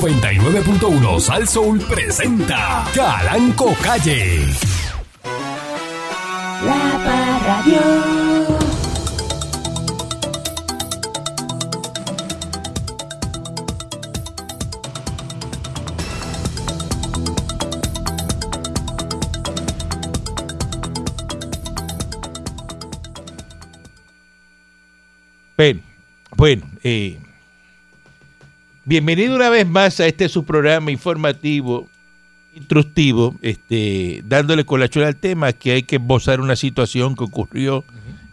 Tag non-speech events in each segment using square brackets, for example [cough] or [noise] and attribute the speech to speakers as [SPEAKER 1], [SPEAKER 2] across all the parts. [SPEAKER 1] 99.1 Sal Soul presenta Calanco Calle.
[SPEAKER 2] La Parradio.
[SPEAKER 3] Bueno, bueno, eh, bienvenido una vez más a este su programa informativo, instructivo, este, dándole colachuela al tema que hay que esbozar una situación que ocurrió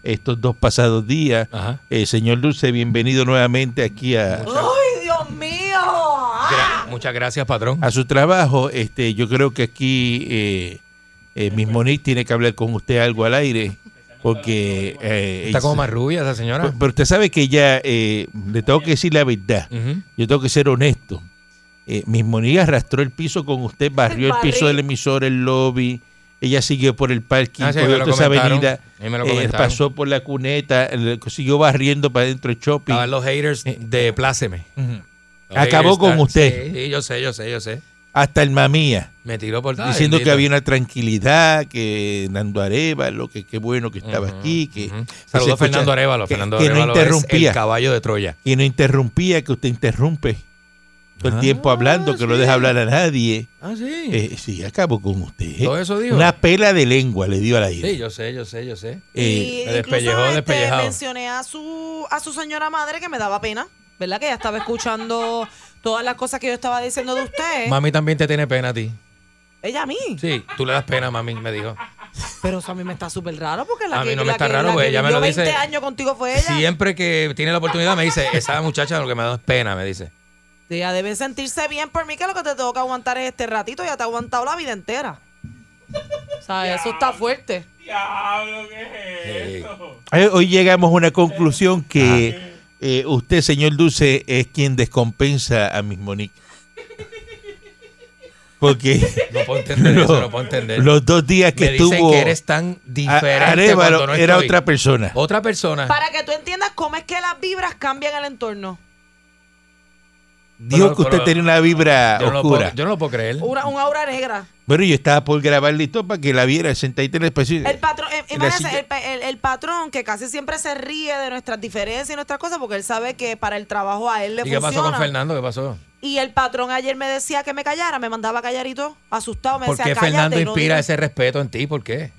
[SPEAKER 3] estos dos pasados días.
[SPEAKER 4] Ajá.
[SPEAKER 3] Eh, señor Dulce, bienvenido nuevamente aquí a,
[SPEAKER 2] ¡Ay, Dios mío!
[SPEAKER 4] Gra- Muchas gracias, patrón.
[SPEAKER 3] a su trabajo. Este, yo creo que aquí eh, eh, Miss Monique tiene que hablar con usted algo al aire, porque eh,
[SPEAKER 4] Está como
[SPEAKER 3] ella-
[SPEAKER 4] más rubia esa señora.
[SPEAKER 3] pero pero usted sabe que ya eh, le tengo que decir la verdad.
[SPEAKER 4] Ujú.
[SPEAKER 3] Yo tengo que ser honesto. Eh, Miss Monique arrastró el piso con usted, barrió el
[SPEAKER 2] barrí.
[SPEAKER 3] piso del emisor, el lobby. Ella siguió por el parking,
[SPEAKER 4] Ah, sí, me
[SPEAKER 3] cogió
[SPEAKER 4] lo
[SPEAKER 3] toda esa
[SPEAKER 4] comentaron.
[SPEAKER 3] avenida.
[SPEAKER 4] Sí, me lo
[SPEAKER 3] eh,
[SPEAKER 4] comentaron.
[SPEAKER 3] pasó por la cuneta, el- siguió barriendo para dentro del shopping.
[SPEAKER 4] Estaban los haters de Pláceme.
[SPEAKER 3] Ujú.
[SPEAKER 4] Eh, Los
[SPEAKER 3] Acabó
[SPEAKER 4] haters
[SPEAKER 3] con
[SPEAKER 4] están-
[SPEAKER 3] usted.
[SPEAKER 4] Sí, sí, yo sé, yo sé, yo sé.
[SPEAKER 3] Hasta el mamía,
[SPEAKER 4] Me tiró por
[SPEAKER 3] diciendo
[SPEAKER 4] Ay, bendito.
[SPEAKER 3] que había una tranquilidad, que Nando Arevalo, que qué bueno que estaba
[SPEAKER 4] Ujú,
[SPEAKER 3] aquí, que,
[SPEAKER 4] ujú.
[SPEAKER 3] que se
[SPEAKER 4] Saludó a
[SPEAKER 3] escucha-
[SPEAKER 4] Fernando Arevalo.
[SPEAKER 3] que-
[SPEAKER 4] Fernando
[SPEAKER 3] que no
[SPEAKER 4] Arevalo es
[SPEAKER 3] interrumpía.
[SPEAKER 4] el caballo de Troya.
[SPEAKER 3] que no interrumpía, que usted interrumpe todo el
[SPEAKER 4] Ah,
[SPEAKER 3] tiempo hablando, que no
[SPEAKER 4] sí.
[SPEAKER 3] deja hablar a nadie.
[SPEAKER 4] Ah, sí.
[SPEAKER 3] Eh, sí, acabó con usted. ¿eh?
[SPEAKER 4] Todo eso dijo.
[SPEAKER 3] Una pela de lengua le dio al aire.
[SPEAKER 4] Sí, yo sé, yo sé, yo sé.
[SPEAKER 3] Eh,
[SPEAKER 5] y
[SPEAKER 4] me despellejó,
[SPEAKER 5] incluso, este,
[SPEAKER 4] despellejado.
[SPEAKER 5] mencioné a su, a su señora madre que me daba pena, ¿verdad? Que ella estaba escuchando
[SPEAKER 4] [laughs]
[SPEAKER 5] todas las cosas que yo estaba diciendo de usted.
[SPEAKER 4] Mami también te tiene pena a ti.
[SPEAKER 5] ella a mí.
[SPEAKER 4] Sí, tú le das pena, mami, me dijo.
[SPEAKER 5] Pero eso a mí me está súper raro porque la
[SPEAKER 4] A
[SPEAKER 5] que
[SPEAKER 4] mí no me
[SPEAKER 5] la
[SPEAKER 4] está
[SPEAKER 5] que-
[SPEAKER 4] raro,
[SPEAKER 5] la que
[SPEAKER 4] porque ella me
[SPEAKER 5] vivió
[SPEAKER 4] lo dice-
[SPEAKER 5] 20 años contigo fue ella.
[SPEAKER 4] Siempre que tiene la oportunidad me dice, esa muchacha lo que me da es pena, me dice.
[SPEAKER 5] Ella debe sentirse bien por mí que lo que te tengo que aguantar es este ratito. Ya te ha aguantado la vida entera. O sea, eso está fuerte.
[SPEAKER 4] Eh,
[SPEAKER 3] Eh, Hoy llegamos a una conclusión que
[SPEAKER 4] Ah.
[SPEAKER 3] eh, usted, señor Dulce, es quien descompensa a Miss Monique. Porque
[SPEAKER 4] [laughs] no puedo entender eso,
[SPEAKER 3] Lo-
[SPEAKER 4] no puedo entender.
[SPEAKER 3] los dos días que
[SPEAKER 4] me dicen
[SPEAKER 3] estuvo
[SPEAKER 4] que eres tan
[SPEAKER 3] a-
[SPEAKER 4] diferente
[SPEAKER 3] Arevalo
[SPEAKER 4] cuando no
[SPEAKER 3] era
[SPEAKER 4] estoy. Oh,
[SPEAKER 3] otra persona.
[SPEAKER 4] Otra persona.
[SPEAKER 5] Para que tú entiendas cómo es que las vibras cambian el entorno.
[SPEAKER 3] Dijo
[SPEAKER 4] Pero-
[SPEAKER 3] que usted
[SPEAKER 4] pero-
[SPEAKER 3] tenía una vibra
[SPEAKER 4] yo, no lo
[SPEAKER 3] oscura.
[SPEAKER 4] puedo, yo no lo puedo creer.
[SPEAKER 5] Una, un aura negra.
[SPEAKER 3] Bueno, yo estaba por grabar listo para que la viera, 63 específicos.
[SPEAKER 5] El patrón, eh,
[SPEAKER 3] la
[SPEAKER 5] imagínense,
[SPEAKER 3] silla-
[SPEAKER 5] el, pa- el- el patrón que casi siempre se ríe de nuestras diferencias y nuestras cosas porque él sabe que para el trabajo a él le
[SPEAKER 4] ¿Y qué
[SPEAKER 5] funciona.
[SPEAKER 4] pasó con Fernando? ¿Qué pasó?
[SPEAKER 5] Y el patrón ayer me decía que me callara, me mandaba callarito, asustado, me
[SPEAKER 4] ¿Por
[SPEAKER 5] decía,
[SPEAKER 4] qué
[SPEAKER 5] Pues, cállate.
[SPEAKER 4] Fernando
[SPEAKER 5] no
[SPEAKER 4] inspira
[SPEAKER 5] digas-".
[SPEAKER 4] ese respeto en ti? ¿Por qué?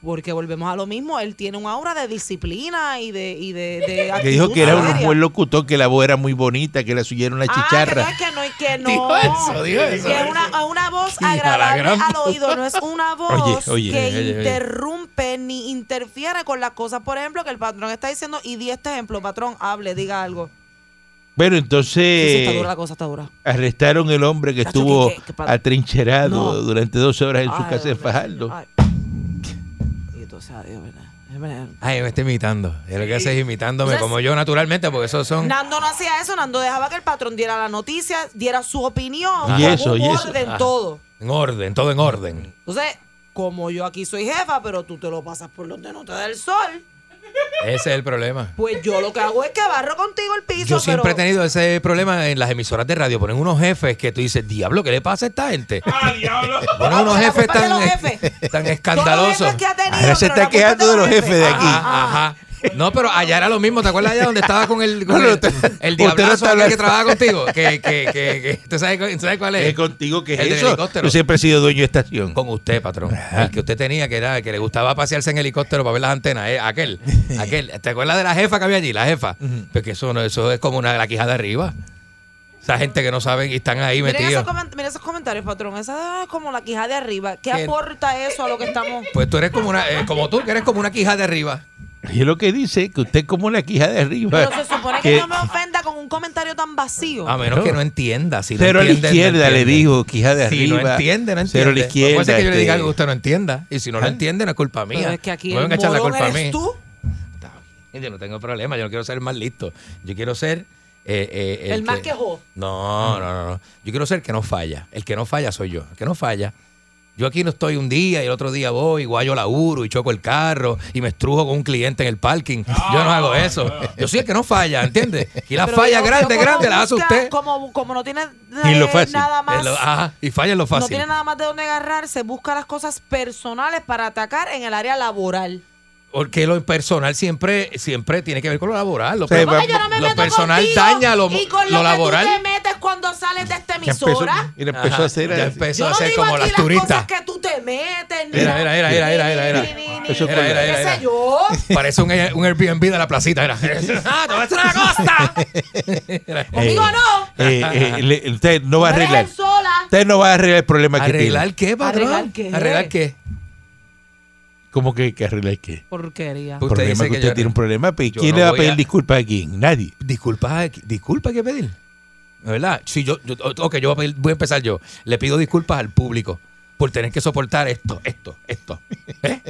[SPEAKER 5] Porque volvemos a lo mismo, él tiene un aura de disciplina y de y de, [laughs] de
[SPEAKER 3] Que dijo que era
[SPEAKER 5] actitud
[SPEAKER 3] un
[SPEAKER 5] seria.
[SPEAKER 3] buen locutor, que la voz era muy bonita, que la suya era una chicharra.
[SPEAKER 5] Ah, que no, es que no, es que no.
[SPEAKER 4] Dijo eso, dijo eso.
[SPEAKER 5] Que es una, una voz
[SPEAKER 4] Hija de la
[SPEAKER 5] agradable
[SPEAKER 4] gran
[SPEAKER 5] al oído, no es una voz
[SPEAKER 3] Oye, oye,
[SPEAKER 5] que
[SPEAKER 4] oye, oye.
[SPEAKER 5] interrumpe ni interfiere con las cosas, por ejemplo, que el patrón está diciendo. Y di este ejemplo, patrón, hable, diga algo.
[SPEAKER 3] Bueno,
[SPEAKER 5] Sí, sí, está
[SPEAKER 3] entonces
[SPEAKER 5] dura la cosa, está dura.
[SPEAKER 3] arrestaron el hombre que
[SPEAKER 5] Chacho,
[SPEAKER 3] estuvo
[SPEAKER 5] que- que- que pa-
[SPEAKER 3] atrincherado
[SPEAKER 5] No.
[SPEAKER 3] durante dos horas en su
[SPEAKER 5] Ay,
[SPEAKER 3] casa de
[SPEAKER 5] Dios mío,
[SPEAKER 3] Fajardo.
[SPEAKER 5] ay. Y entonces, adiós, ¿verdad? Es verdad.
[SPEAKER 4] Ay, me está imitando. Es lo que haces imitándome
[SPEAKER 5] O sea,
[SPEAKER 4] como yo naturalmente, porque esos son...
[SPEAKER 5] Nando no hacía eso, Nando dejaba que el patrón diera la noticia, diera su opinión,
[SPEAKER 3] Y
[SPEAKER 5] con
[SPEAKER 3] Ah, eso,
[SPEAKER 5] un
[SPEAKER 3] y eso.
[SPEAKER 5] orden,
[SPEAKER 4] Ajá.
[SPEAKER 5] todo.
[SPEAKER 4] En orden, todo en orden.
[SPEAKER 5] Entonces, como yo aquí soy jefa, pero tú te lo pasas por donde no te da el sol.
[SPEAKER 4] Ese es el problema.
[SPEAKER 5] Pues yo lo que hago es que barro contigo el piso.
[SPEAKER 4] Yo siempre he
[SPEAKER 5] pero
[SPEAKER 4] tenido ese problema en las emisoras de radio. Ponen unos jefes que tú dices, diablo, ¿qué le pasa a esta gente? Ponen
[SPEAKER 5] [laughs]
[SPEAKER 4] unos
[SPEAKER 5] Ah, la
[SPEAKER 4] jefes
[SPEAKER 5] culpa es de
[SPEAKER 4] tan,
[SPEAKER 5] los
[SPEAKER 4] [laughs] tan
[SPEAKER 5] jefes. todos los jefes
[SPEAKER 4] escandalosos.
[SPEAKER 5] que ha tenido,
[SPEAKER 3] Ahora se está
[SPEAKER 5] pero la culpa es
[SPEAKER 3] quejando de los jefes de
[SPEAKER 5] jefes.
[SPEAKER 3] aquí.
[SPEAKER 4] Ajá, ajá. No, pero allá era lo mismo. ¿Te acuerdas allá donde estaba con el, con
[SPEAKER 3] No, no,
[SPEAKER 4] el,
[SPEAKER 3] usted-
[SPEAKER 4] el
[SPEAKER 3] usted no está
[SPEAKER 4] diablazo aquel que
[SPEAKER 3] hablando.
[SPEAKER 4] trabajaba contigo? Que, que, que, que- ¿tú, sabes, cu- tú sabes cuál es?
[SPEAKER 3] Es contigo que es
[SPEAKER 4] El del
[SPEAKER 3] eso.
[SPEAKER 4] helicóptero.
[SPEAKER 3] Yo siempre he sido dueño de estación.
[SPEAKER 4] Con usted, patrón. El que usted tenía, que era el que le gustaba pasearse en helicóptero para ver las antenas. eh,
[SPEAKER 3] [laughs]
[SPEAKER 4] Aquel. aquel. ¿Te acuerdas de la jefa que había allí? La jefa. Porque eso, no, eso es como una la quijada de arriba. Esa gente que no saben y están ahí
[SPEAKER 5] Miren esos,
[SPEAKER 4] metidos.
[SPEAKER 5] coment- miren esos comentarios, patrón. Esa es como la quijada de arriba. ¿Qué,
[SPEAKER 4] ¿Qué?
[SPEAKER 5] aporta eso a lo que estamos?
[SPEAKER 4] Pues tú eres como una, eh, como tú, que eres como una quijada de arriba.
[SPEAKER 3] Y es lo que dice, que usted es como la quija de arriba.
[SPEAKER 5] Pero se supone que
[SPEAKER 3] que
[SPEAKER 5] no me ofenda con un comentario tan vacío.
[SPEAKER 4] A menos que no entienda. Si no
[SPEAKER 3] Cero a la
[SPEAKER 4] entiende, no
[SPEAKER 3] izquierda le
[SPEAKER 4] entiende.
[SPEAKER 3] dijo, quija de
[SPEAKER 4] Si
[SPEAKER 3] arriba.
[SPEAKER 4] no entiende, no entiende.
[SPEAKER 3] Cero a la
[SPEAKER 4] No puede
[SPEAKER 3] izquierda.
[SPEAKER 4] ser que yo le diga
[SPEAKER 3] este, Ah.
[SPEAKER 4] algo que usted no entienda. Y si no lo
[SPEAKER 3] Ajá.
[SPEAKER 4] entiende, no es culpa mía.
[SPEAKER 5] Pero es que aquí
[SPEAKER 4] no
[SPEAKER 5] el
[SPEAKER 4] venga a echar la
[SPEAKER 5] morón
[SPEAKER 4] culpa a mí.
[SPEAKER 5] eres tú.
[SPEAKER 4] Está bien, Yo no tengo problema, yo no quiero ser el más listo. Yo quiero ser. eh, eh,
[SPEAKER 5] El más quejó.
[SPEAKER 4] No, no, no, no. Yo quiero ser el que no falla. El que no falla soy yo. El que no falla. Yo aquí no estoy un día y el otro día voy, guayo laburo y choco el carro y me estrujo con un cliente en el parking. Yo no hago eso. Yo soy el que no falla, ¿entiendes? Y las
[SPEAKER 5] Pero
[SPEAKER 4] fallas
[SPEAKER 5] yo- yo
[SPEAKER 4] grandes,
[SPEAKER 5] como
[SPEAKER 4] grandes las hace
[SPEAKER 5] busca-
[SPEAKER 4] usted.
[SPEAKER 5] Como, como no tiene
[SPEAKER 3] Y lo
[SPEAKER 5] eh,
[SPEAKER 3] fácil.
[SPEAKER 5] nada más.
[SPEAKER 4] En lo- ajá, y falla en lo
[SPEAKER 5] No
[SPEAKER 4] fácil.
[SPEAKER 5] tiene nada más de dónde agarrarse, busca las cosas personales para atacar en el área laboral.
[SPEAKER 4] Porque lo personal siempre, siempre tiene que ver con lo laboral. Lo,
[SPEAKER 3] Sí,
[SPEAKER 4] pe-
[SPEAKER 3] va-
[SPEAKER 5] Porque yo no me
[SPEAKER 4] lo
[SPEAKER 5] meto
[SPEAKER 4] personal
[SPEAKER 5] contigo
[SPEAKER 4] daña lo,
[SPEAKER 5] y con
[SPEAKER 4] lo
[SPEAKER 5] lo,
[SPEAKER 4] laboral.
[SPEAKER 5] que tú te metes cuando sales de esta
[SPEAKER 3] Ya empezó,
[SPEAKER 5] emisora.
[SPEAKER 3] mira, empezó a hacer.
[SPEAKER 4] ya
[SPEAKER 3] así.
[SPEAKER 4] empezó
[SPEAKER 5] Yo
[SPEAKER 4] a
[SPEAKER 5] no
[SPEAKER 4] ser
[SPEAKER 5] digo
[SPEAKER 4] como
[SPEAKER 5] aquí
[SPEAKER 4] las
[SPEAKER 5] las cosas
[SPEAKER 4] turistas.
[SPEAKER 5] que tú te metes. ni
[SPEAKER 4] Era,
[SPEAKER 5] la-
[SPEAKER 4] era, era, era,
[SPEAKER 5] ni-
[SPEAKER 4] era, era, era.
[SPEAKER 5] ni- ni- ni-
[SPEAKER 3] Eso
[SPEAKER 5] ni-
[SPEAKER 3] con la-
[SPEAKER 5] qué
[SPEAKER 4] era, era.
[SPEAKER 5] sé yo.
[SPEAKER 4] Parece un, Air- un Airbnb de la placita.
[SPEAKER 3] [laughs]
[SPEAKER 4] Era. ¡Ah, te voy a hacer una costa! Era-
[SPEAKER 5] Conmigo no.
[SPEAKER 3] Eh, eh, le- usted no va a
[SPEAKER 5] No eres
[SPEAKER 3] arreglar.
[SPEAKER 5] sola.
[SPEAKER 3] Usted no va a arreglar el problema que tiene.
[SPEAKER 4] ¿Arreglar qué, patrón?
[SPEAKER 5] ¿Arreglar qué?
[SPEAKER 4] ¿Arreglar qué?
[SPEAKER 3] ¿Cómo que, que arreglar qué?
[SPEAKER 5] Porquería.
[SPEAKER 4] Usted
[SPEAKER 3] problema
[SPEAKER 4] dice
[SPEAKER 3] que
[SPEAKER 4] que
[SPEAKER 3] usted
[SPEAKER 4] yo
[SPEAKER 3] tiene
[SPEAKER 4] no.
[SPEAKER 3] un problema. pues,
[SPEAKER 4] Yo
[SPEAKER 3] ¿Quién
[SPEAKER 4] no
[SPEAKER 3] le va a
[SPEAKER 4] voy
[SPEAKER 3] pedir
[SPEAKER 4] a-
[SPEAKER 3] disculpas a quién? Nadie.
[SPEAKER 4] Disculpa, disculpa hay que pedir. ¿De ¿Verdad? Si yo, yo- ok, yo voy a, pedir- voy a empezar yo. Le pido disculpas al público por tener que soportar esto, esto, esto. ¿Eh?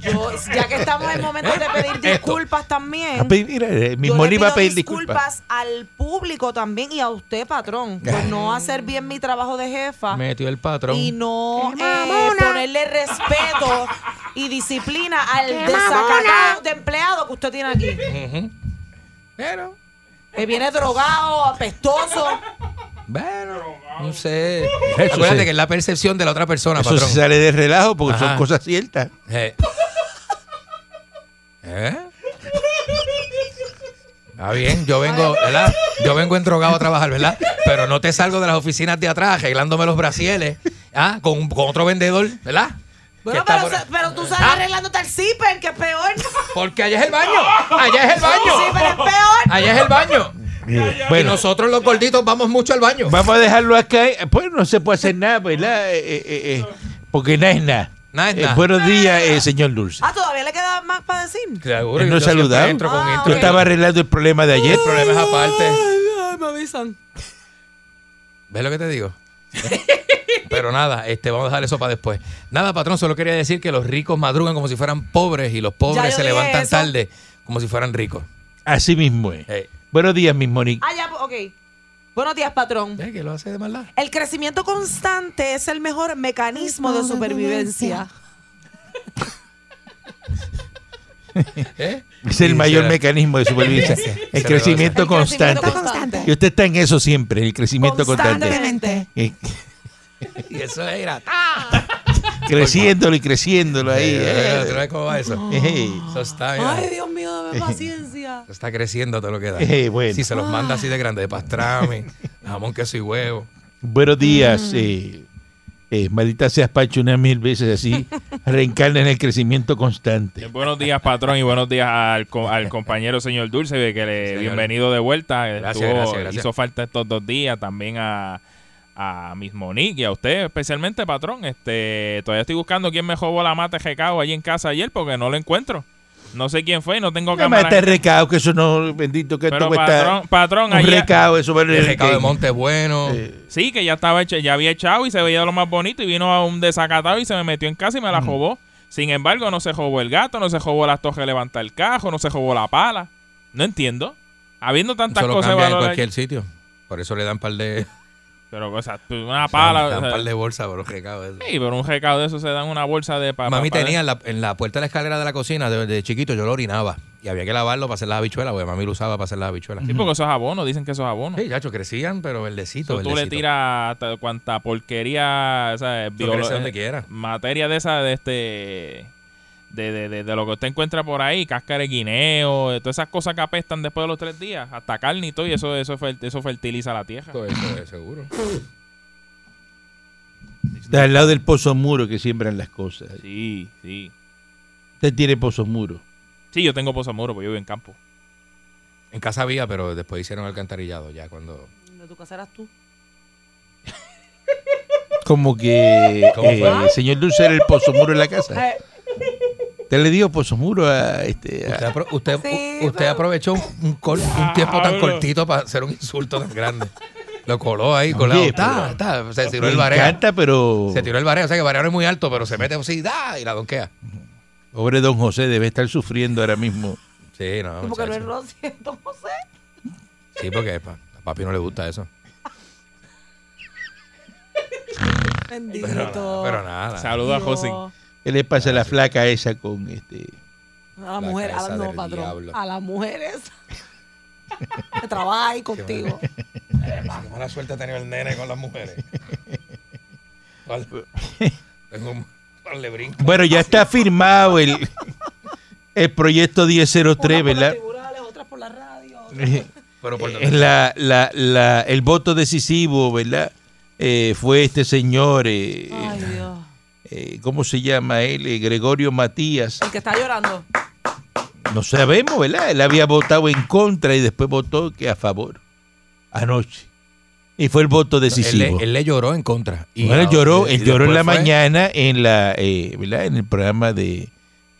[SPEAKER 5] Yo, ya que estamos en momentos
[SPEAKER 4] eh,
[SPEAKER 5] de pedir disculpas también.
[SPEAKER 3] A pedir- mira, eh,
[SPEAKER 5] yo
[SPEAKER 3] mismo
[SPEAKER 5] le
[SPEAKER 3] ni va a
[SPEAKER 5] pido
[SPEAKER 3] pedir disculpas.
[SPEAKER 5] disculpas al público también y a usted, patrón,
[SPEAKER 4] Eh.
[SPEAKER 5] por no hacer bien mi trabajo de jefa
[SPEAKER 4] Metió el patrón.
[SPEAKER 5] Ah. y no eh, ponerle respeto y disciplina al desacatado de empleado que usted tiene aquí.
[SPEAKER 4] Ujú. Pero,
[SPEAKER 5] Que viene drogado, apestoso.
[SPEAKER 4] bueno, no sé.
[SPEAKER 3] Eso
[SPEAKER 4] Acuérdate
[SPEAKER 3] sí.
[SPEAKER 4] que es la percepción de la otra persona,
[SPEAKER 3] Eso
[SPEAKER 4] patrón.
[SPEAKER 3] se sale de relajo porque son
[SPEAKER 4] Ajá.
[SPEAKER 3] cosas ciertas.
[SPEAKER 4] Eh. ¿Eh? Está bien, yo vengo, ¿verdad? Yo vengo endrogado a trabajar, ¿verdad? Pero no te salgo de las oficinas de atrás arreglándome los brasieles, ¿ah? Con, con otro vendedor, ¿verdad? Que
[SPEAKER 5] Bueno,
[SPEAKER 4] está
[SPEAKER 5] pero,
[SPEAKER 4] por-
[SPEAKER 5] se- pero tú sales
[SPEAKER 4] Ah.
[SPEAKER 5] arreglándote el zipper, que es peor.
[SPEAKER 4] Porque allá es el baño, allá es el
[SPEAKER 5] Sí, pero
[SPEAKER 4] [laughs]
[SPEAKER 5] es
[SPEAKER 4] baño,
[SPEAKER 5] peor.
[SPEAKER 4] allá es el baño. Y
[SPEAKER 3] Bueno,
[SPEAKER 4] nosotros los gorditos vamos mucho al baño.
[SPEAKER 3] vamos a dejarlo acá. Eh, Pues no se puede hacer nada, ¿verdad? Eh, eh, eh, eh, porque nada es nada.
[SPEAKER 4] Nada es
[SPEAKER 3] Eh,
[SPEAKER 4] nada.
[SPEAKER 3] buenos días, eh, señor Dulce.
[SPEAKER 5] Ah, todavía le queda más para decir.
[SPEAKER 4] Seguro,
[SPEAKER 3] Él no
[SPEAKER 4] yo siempre
[SPEAKER 3] saludaba.
[SPEAKER 4] entro con
[SPEAKER 5] Ah,
[SPEAKER 4] intro.
[SPEAKER 3] Tú
[SPEAKER 5] ok.
[SPEAKER 3] estabas arreglando el problema de ayer.
[SPEAKER 4] El problema es aparte.
[SPEAKER 5] me avisan.
[SPEAKER 4] ¿Ves lo que te digo? [laughs] Pero nada, este, vamos a dejar eso para después. Nada, patrón, solo quería decir que los ricos madrugan como si fueran pobres y los
[SPEAKER 5] Ya
[SPEAKER 4] pobres
[SPEAKER 5] yo
[SPEAKER 4] se
[SPEAKER 5] dije
[SPEAKER 4] levantan
[SPEAKER 5] eso.
[SPEAKER 4] tarde como si fueran ricos.
[SPEAKER 3] Así mismo es.
[SPEAKER 4] Eh,
[SPEAKER 3] Buenos días, mis Monique.
[SPEAKER 5] Ah, ya, ok. Buenos días, patrón.
[SPEAKER 4] eh, que lo hace de maldad.
[SPEAKER 5] El crecimiento constante es el mejor mecanismo de supervivencia.
[SPEAKER 4] Eh.
[SPEAKER 3] Es el
[SPEAKER 4] Sí,
[SPEAKER 3] mayor
[SPEAKER 4] será.
[SPEAKER 3] mecanismo de supervivencia.
[SPEAKER 4] Sí, se
[SPEAKER 3] El
[SPEAKER 4] me
[SPEAKER 3] crecimiento
[SPEAKER 5] El crecimiento
[SPEAKER 3] constante. Y usted está en eso siempre, el crecimiento constante.
[SPEAKER 4] [laughs]
[SPEAKER 5] Constantemente.
[SPEAKER 3] Eh,
[SPEAKER 4] Y eso era.
[SPEAKER 3] Creciéndolo y creciéndolo ahí. eh.
[SPEAKER 4] ¿Tú sabes cómo va eso?
[SPEAKER 3] [laughs] Ey.
[SPEAKER 4] Eso está, mira,
[SPEAKER 5] Ay, Dios mío, dame paciencia.
[SPEAKER 4] eso está creciendo todo lo que da.
[SPEAKER 3] Eh, bueno.
[SPEAKER 4] Si se los manda así de grande, de pastrami, jamón, queso y huevo.
[SPEAKER 3] Buenos días. Eh, eh, maldita seas, Pacho, unas mil veces así. Reencarna en el crecimiento constante.
[SPEAKER 6] Eh, Buenos días, patrón, y buenos días al, co- al compañero señor Dulce, de que le
[SPEAKER 4] Señor.
[SPEAKER 6] bienvenido de vuelta. Eh,
[SPEAKER 4] Gracias,
[SPEAKER 6] Estuvo-
[SPEAKER 4] gracias, gracias.
[SPEAKER 6] Hizo falta estos dos días también a, a Miss Monique y a usted especialmente, patrón. Este, todavía estoy buscando quién me robó la mata de recao allí en casa ayer porque no lo encuentro. No sé quién fue y no tengo
[SPEAKER 3] Nada más
[SPEAKER 6] cámara.
[SPEAKER 3] está el recado, que eso no, bendito, que esto
[SPEAKER 6] Pero
[SPEAKER 3] cuesta
[SPEAKER 6] patrón, patrón,
[SPEAKER 3] pues, un
[SPEAKER 6] ayer-
[SPEAKER 3] recado, eso vale
[SPEAKER 4] El recado de monte bueno.
[SPEAKER 6] sí, que ya estaba hecho, ya había echado y se veía lo más bonito y vino a un desacatado y se me metió en casa y me la robó. Sin embargo, no se robó el gato, no se robó las tojas de levantar el cajo, no se robó la pala. No entiendo. Habiendo tantas
[SPEAKER 4] Eso lo
[SPEAKER 6] cosas de
[SPEAKER 4] cambian en
[SPEAKER 6] valor ahí-
[SPEAKER 4] cualquier sitio. Por eso le dan par
[SPEAKER 6] [laughs]
[SPEAKER 4] de,
[SPEAKER 6] Pero, o sea, tú- una pala.
[SPEAKER 4] dan
[SPEAKER 6] o sea,
[SPEAKER 4] par de bolsas por los recados.
[SPEAKER 6] eh. sí, pero un recado de eso se dan una bolsa de papá.
[SPEAKER 4] Mami tenía en la, en la puerta de la escalera de la cocina, de, de chiquito, yo lo orinaba. Y había que lavarlo para hacer las habichuelas, porque mami lo usaba para hacer las habichuelas.
[SPEAKER 6] Sí, porque eso es abono, dicen que eso es abono.
[SPEAKER 4] Sí, chacho, crecían, pero verdecito,
[SPEAKER 6] So, tú le
[SPEAKER 4] verdecito.
[SPEAKER 6] tiras hasta cuanta porquería, o sea, biolo-
[SPEAKER 4] crece donde quiera.
[SPEAKER 6] materia de esa, de este. De, de, de, de lo que usted encuentra por ahí, cáscara de guineo, de todas esas cosas que apestan después de los tres días, hasta carne y todo, y eso, eso, fer- eso fertiliza la tierra.
[SPEAKER 4] Todo eso, eh, seguro.
[SPEAKER 3] Está al lado del pozo muro que siembran las cosas.
[SPEAKER 6] Sí, sí.
[SPEAKER 3] Usted tiene pozos muros.
[SPEAKER 6] Sí, yo tengo posamuro, porque yo vivo en campo.
[SPEAKER 4] En casa había, pero después hicieron alcantarillado ya cuando...
[SPEAKER 5] No, tu casa eras tú.
[SPEAKER 3] Como que
[SPEAKER 4] ¿Cómo
[SPEAKER 3] eh,
[SPEAKER 4] fue?
[SPEAKER 3] el señor Dulce era el pozo muro en la casa.
[SPEAKER 5] Eh,
[SPEAKER 3] Usted le dio pozo muro a este. a-
[SPEAKER 4] Usted, apro- usted,
[SPEAKER 5] Sí,
[SPEAKER 4] u- usted aprovechó un, un cor- un tiempo tan
[SPEAKER 6] Ah, Diablo.
[SPEAKER 4] cortito para hacer un insulto tan grande. Lo coló ahí, colado.
[SPEAKER 3] Oye,
[SPEAKER 4] Ta, ta, se tiró
[SPEAKER 3] me
[SPEAKER 4] el bareo.
[SPEAKER 3] encanta, pero
[SPEAKER 4] Se tiró el bareo, o sea que el bareo no es muy alto, pero se mete así, da, y la donquea.
[SPEAKER 3] pobre don José debe estar sufriendo ahora mismo.
[SPEAKER 4] Sí, no,
[SPEAKER 5] porque no es
[SPEAKER 4] muchacho.
[SPEAKER 5] Rosy, [laughs] don José.
[SPEAKER 4] Sí, porque pa- a papi no le gusta eso. Pero,
[SPEAKER 5] Bendito.
[SPEAKER 4] nada, pero nada.
[SPEAKER 6] Saludos a José.
[SPEAKER 5] Dios.
[SPEAKER 3] ¿Qué le pasa a
[SPEAKER 4] Ah,
[SPEAKER 3] la flaca esa con este?
[SPEAKER 5] A la mujer, a
[SPEAKER 4] cabeza
[SPEAKER 5] la, no,
[SPEAKER 4] del
[SPEAKER 5] patrón.
[SPEAKER 4] diablo.
[SPEAKER 5] A las mujeres
[SPEAKER 4] [laughs]
[SPEAKER 5] que trabaja ahí contigo.
[SPEAKER 4] Qué mala suerte ha tenido el nene con las [laughs] mujeres. Cuál- Tengo un cuál le brinco.
[SPEAKER 3] Bueno, ya está firmado el, el proyecto 1003,
[SPEAKER 5] Unas por los
[SPEAKER 3] ¿verdad?
[SPEAKER 5] tribunales, otras por la radio. otras-
[SPEAKER 4] Pero por dónde
[SPEAKER 3] Es la, la- la- el voto decisivo, ¿verdad? Eh, fue este señor, eh,
[SPEAKER 5] Ay, Dios.
[SPEAKER 3] eh, ¿cómo se llama él? Eh, Gregorio Matías.
[SPEAKER 5] El que está llorando.
[SPEAKER 3] No sabemos, ¿verdad? Él había votado en contra y después votó que a favor anoche. Y fue el voto
[SPEAKER 4] él, le,
[SPEAKER 3] decisivo.
[SPEAKER 4] él le lloró en contra. Y
[SPEAKER 3] Bueno, él lloró, él
[SPEAKER 4] y
[SPEAKER 3] lloró en la
[SPEAKER 4] después fue-
[SPEAKER 3] mañana en la, eh, ¿verdad? En el programa de,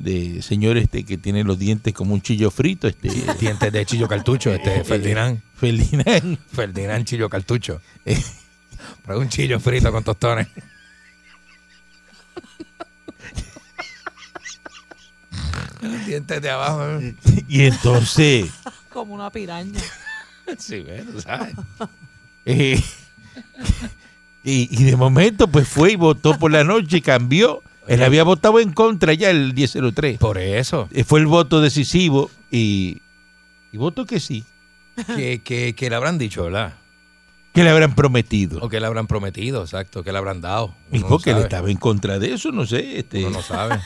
[SPEAKER 3] de señor este que tiene los dientes como un chillo frito, este
[SPEAKER 4] [laughs] Dientes de Chillo Cartucho, [laughs] este Ferdinand. [laughs]
[SPEAKER 3] Ferdinand.
[SPEAKER 4] Ferdinand Chillo Cartucho. [laughs] Pero un chillo frito con tostones. Los dientes de abajo. ¿eh?
[SPEAKER 3] Y entonces,
[SPEAKER 5] Como una piraña.
[SPEAKER 4] [laughs] Sí, ¿ves? Tú ¿sabes?
[SPEAKER 3] eh, [laughs] y, y de momento, pues fue y votó por la noche y cambió. Él había votado en contra ya el 1003.
[SPEAKER 4] Por eso.
[SPEAKER 3] Eh, Fue el voto decisivo y, y votó que sí.
[SPEAKER 4] Que, que, que le habrán dicho, ¿verdad?
[SPEAKER 3] que le habrán prometido?
[SPEAKER 4] O que le habrán prometido, exacto. Que le habrán dado.
[SPEAKER 3] Y
[SPEAKER 4] Uno no
[SPEAKER 3] porque él
[SPEAKER 4] sabe.
[SPEAKER 3] estaba en contra de eso, no sé. Este,
[SPEAKER 4] Uno no sabe.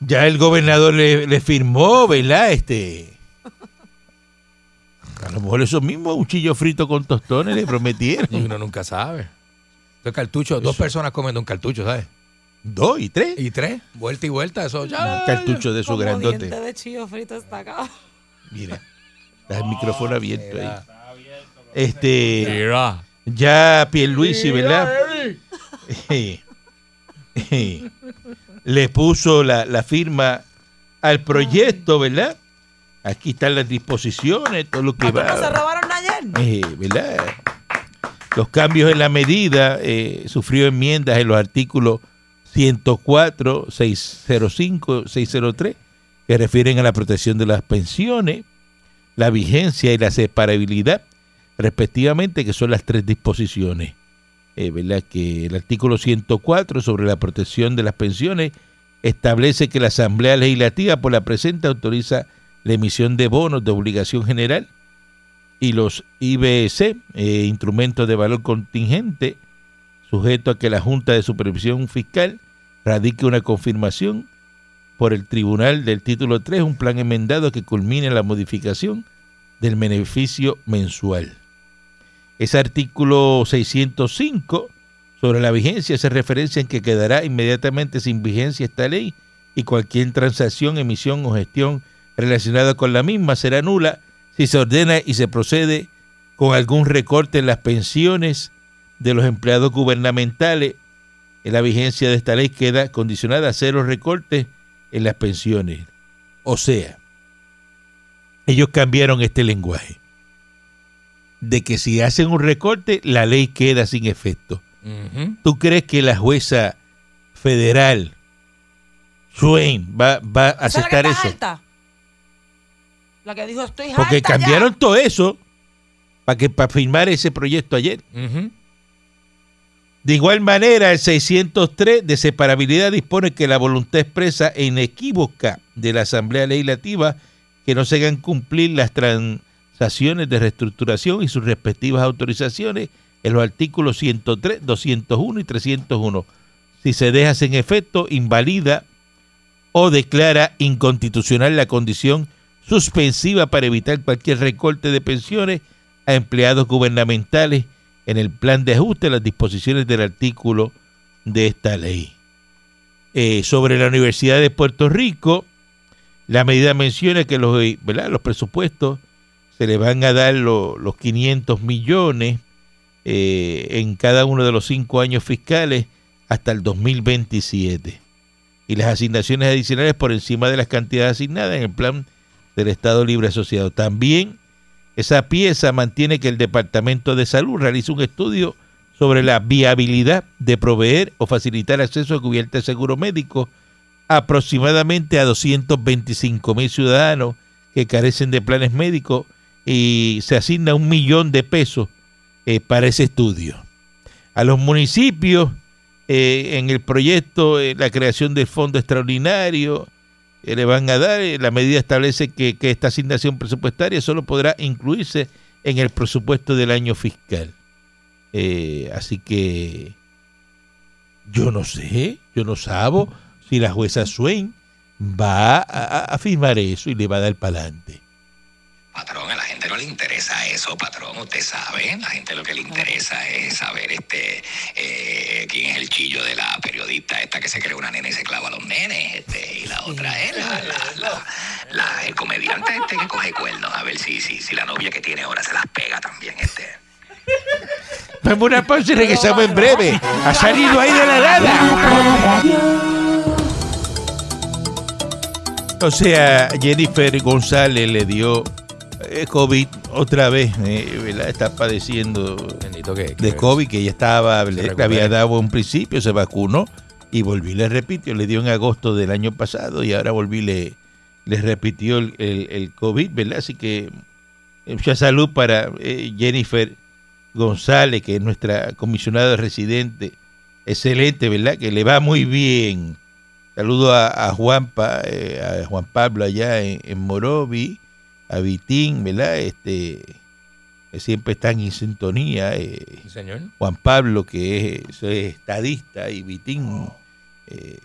[SPEAKER 3] Ya el gobernador le, le firmó, ¿verdad? Este. A lo mejor eso mismo, un chillo frito con tostones le [laughs]
[SPEAKER 4] Y
[SPEAKER 3] prometieron.
[SPEAKER 4] uno nunca sabe. Dos cartuchos, dos personas comiendo un cartucho, ¿sabes?
[SPEAKER 3] Dos y tres.
[SPEAKER 4] Y tres, vuelta y vuelta, eso ya.
[SPEAKER 3] Un cartucho de esos
[SPEAKER 5] Como
[SPEAKER 3] grandote.
[SPEAKER 5] diente de chillo frito está acá.
[SPEAKER 3] Mira. Está el micrófono abierto ahí.
[SPEAKER 4] Mira.
[SPEAKER 3] Este.
[SPEAKER 4] Mira.
[SPEAKER 3] Ya Pierluisi, ¿verdad? [laughs] Eh, eh, le puso la, la firma al proyecto, ¿verdad? Aquí están las disposiciones, todo lo que
[SPEAKER 5] ¿A poco se
[SPEAKER 3] va.
[SPEAKER 5] robaron ayer?
[SPEAKER 3] Eh, ¿verdad? Los cambios en la medida eh, sufrió enmiendas en los artículos 104, 605, 603, que refieren a la protección de las pensiones, la vigencia y la separabilidad, respectivamente, que son las tres disposiciones. Eh, ¿verdad? Que el artículo 104 sobre la protección de las pensiones establece que la Asamblea Legislativa por la presente autoriza la emisión de bonos de obligación general y los IBC, eh, instrumentos de valor contingente, sujeto a que la Junta de Supervisión Fiscal radique una confirmación por el Tribunal del Título 3, un plan enmendado que culmine la modificación del beneficio mensual. Ese artículo 605 sobre la vigencia hace referencia en que quedará inmediatamente sin vigencia esta ley y cualquier transacción, emisión o gestión relacionada con la misma será nula si se ordena y se procede con algún recorte en las pensiones de los empleados gubernamentales. En la vigencia de esta ley queda condicionada a cero recortes en las pensiones. O sea, ellos cambiaron este lenguaje de que si hacen un recorte, la ley queda sin efecto.
[SPEAKER 4] Ujú.
[SPEAKER 3] ¿Tú crees que la jueza federal, Swain, va, va a
[SPEAKER 5] ¿Esa es la que
[SPEAKER 3] aceptar
[SPEAKER 5] está
[SPEAKER 3] eso?
[SPEAKER 5] alta? La que dijo, estoy
[SPEAKER 3] Porque
[SPEAKER 5] harta ya.
[SPEAKER 3] cambiaron todo eso para que para firmar ese proyecto ayer.
[SPEAKER 4] Ujú.
[SPEAKER 3] De igual manera, el 603 de separabilidad dispone que la voluntad expresa e inequívoca de la Asamblea Legislativa que no se hagan cumplir las transacciones de reestructuración y sus respectivas autorizaciones en los artículos 103, 201 y 301. Si se deja sin efecto, invalida o declara inconstitucional la condición suspensiva para evitar cualquier recorte de pensiones a empleados gubernamentales en el plan de ajuste a las disposiciones del artículo de esta ley. Eh, sobre la Universidad de Puerto Rico, la medida menciona que los, eh, ¿verdad? los presupuestos se le van a dar lo- los 500 millones eh, en cada uno de los cinco años fiscales hasta el 2027 y las asignaciones adicionales por encima de las cantidades asignadas en el plan del Estado Libre Asociado. También esa pieza mantiene que el Departamento de Salud realice un estudio sobre la viabilidad de proveer o facilitar acceso a cubierta de seguro médico aproximadamente a 225 mil ciudadanos que carecen de planes médicos y se asigna un millón de pesos eh, para ese estudio. A los municipios eh, en el proyecto eh, la creación del fondo extraordinario eh, le van a dar. eh, la medida establece que, que esta asignación presupuestaria solo podrá incluirse en el presupuesto del año fiscal. Eh, así que yo no sé, yo no sabo si la jueza Swain va a, a- a firmar eso y le va a dar para adelante.
[SPEAKER 7] Patrón, a la gente no le interesa eso, patrón. Usted sabe, la gente lo que le interesa es saber este eh, quién es el chillo de la periodista esta que se cree una nena y se clava a los nenes. Este, y la otra es la, la- la- la- el comediante este que coge cuernos. A ver si, si, si la novia que tiene ahora se las pega también. Este.
[SPEAKER 3] Vamos a una pausa y regresamos en breve. Ha salido ahí de la nada. O sea, Jennifer González le dio eh, COVID otra vez, eh, ¿verdad? Está padeciendo
[SPEAKER 4] Bendito que. que-
[SPEAKER 3] de COVID que ya estaba, le, le
[SPEAKER 4] recupere.
[SPEAKER 3] había dado en principio, se vacunó y volví, le repitió, le dio en agosto del año pasado y ahora volví, le, le repitió el, el- el COVID, ¿verdad? Así que eh, mucha salud para eh, Jennifer González, que es nuestra comisionada residente, excelente, ¿verdad? Que le va muy bien. Saludo a, a Juan, Pa- eh, a Juan Pablo allá en, en Morovi, a Vitín, ¿verdad? Este, que siempre están en sintonía. eh,
[SPEAKER 4] Sí, Señor.
[SPEAKER 3] Juan Pablo, que es, eso es estadista, y Vitín. eh,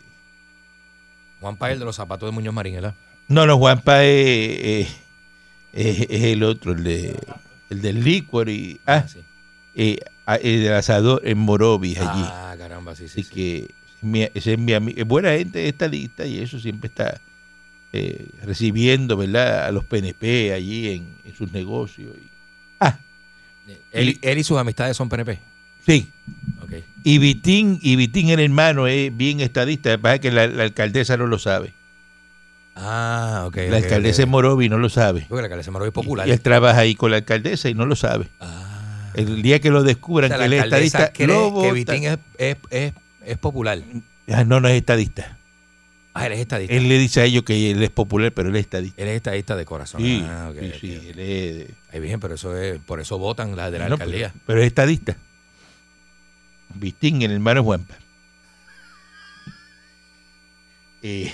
[SPEAKER 4] Juan Pael de los zapatos de Muñoz Marín, ¿verdad?
[SPEAKER 3] no, no, Juanpa es, eh, es- es el otro, el, de- el del licor y ah,
[SPEAKER 4] Sí.
[SPEAKER 3] eh, ah, el del asador en Morovis allí.
[SPEAKER 4] Ah, caramba, sí, sí.
[SPEAKER 3] Así
[SPEAKER 4] sí.
[SPEAKER 3] que mi- ese es mi amigo. Es buena gente estadista y eso siempre está eh, recibiendo, ¿verdad? A los PNP allí en, en sus negocios. y- ah,
[SPEAKER 4] Él, él y sus amistades son PNP.
[SPEAKER 3] sí,
[SPEAKER 4] Ok.
[SPEAKER 3] Y Vitín, y Vitín el hermano es bien estadista, lo que pasa es que la, la alcaldesa no lo sabe.
[SPEAKER 4] Ah, ok.
[SPEAKER 3] La alcaldesa es Morovi no lo sabe.
[SPEAKER 4] Porque la alcaldesa de Morovis es popular.
[SPEAKER 3] Y él trabaja ahí con la alcaldesa y no lo sabe.
[SPEAKER 4] ah.
[SPEAKER 3] El día que lo
[SPEAKER 4] O
[SPEAKER 3] descubran
[SPEAKER 4] sea,
[SPEAKER 3] que él
[SPEAKER 4] la
[SPEAKER 3] es
[SPEAKER 4] alcaldesa
[SPEAKER 3] estadista,
[SPEAKER 4] cree
[SPEAKER 3] lo
[SPEAKER 4] que
[SPEAKER 3] votan.
[SPEAKER 4] Vitín es, es, es, es popular.
[SPEAKER 3] Ah, no, no es estadista.
[SPEAKER 4] Ah, él es estadista.
[SPEAKER 3] Él le dice a ellos que él es popular, pero él es estadista.
[SPEAKER 4] Él es estadista de corazón.
[SPEAKER 3] Sí,
[SPEAKER 4] ah, ok,
[SPEAKER 3] sí,
[SPEAKER 4] ok,
[SPEAKER 3] sí,
[SPEAKER 4] ok.
[SPEAKER 3] él es-
[SPEAKER 4] Ay, bien, pero eso es, por eso votan las de la
[SPEAKER 3] no,
[SPEAKER 4] alcaldía.
[SPEAKER 3] pero, pero es estadista. Vitín, el hermano Juanpa. [laughs] Eh,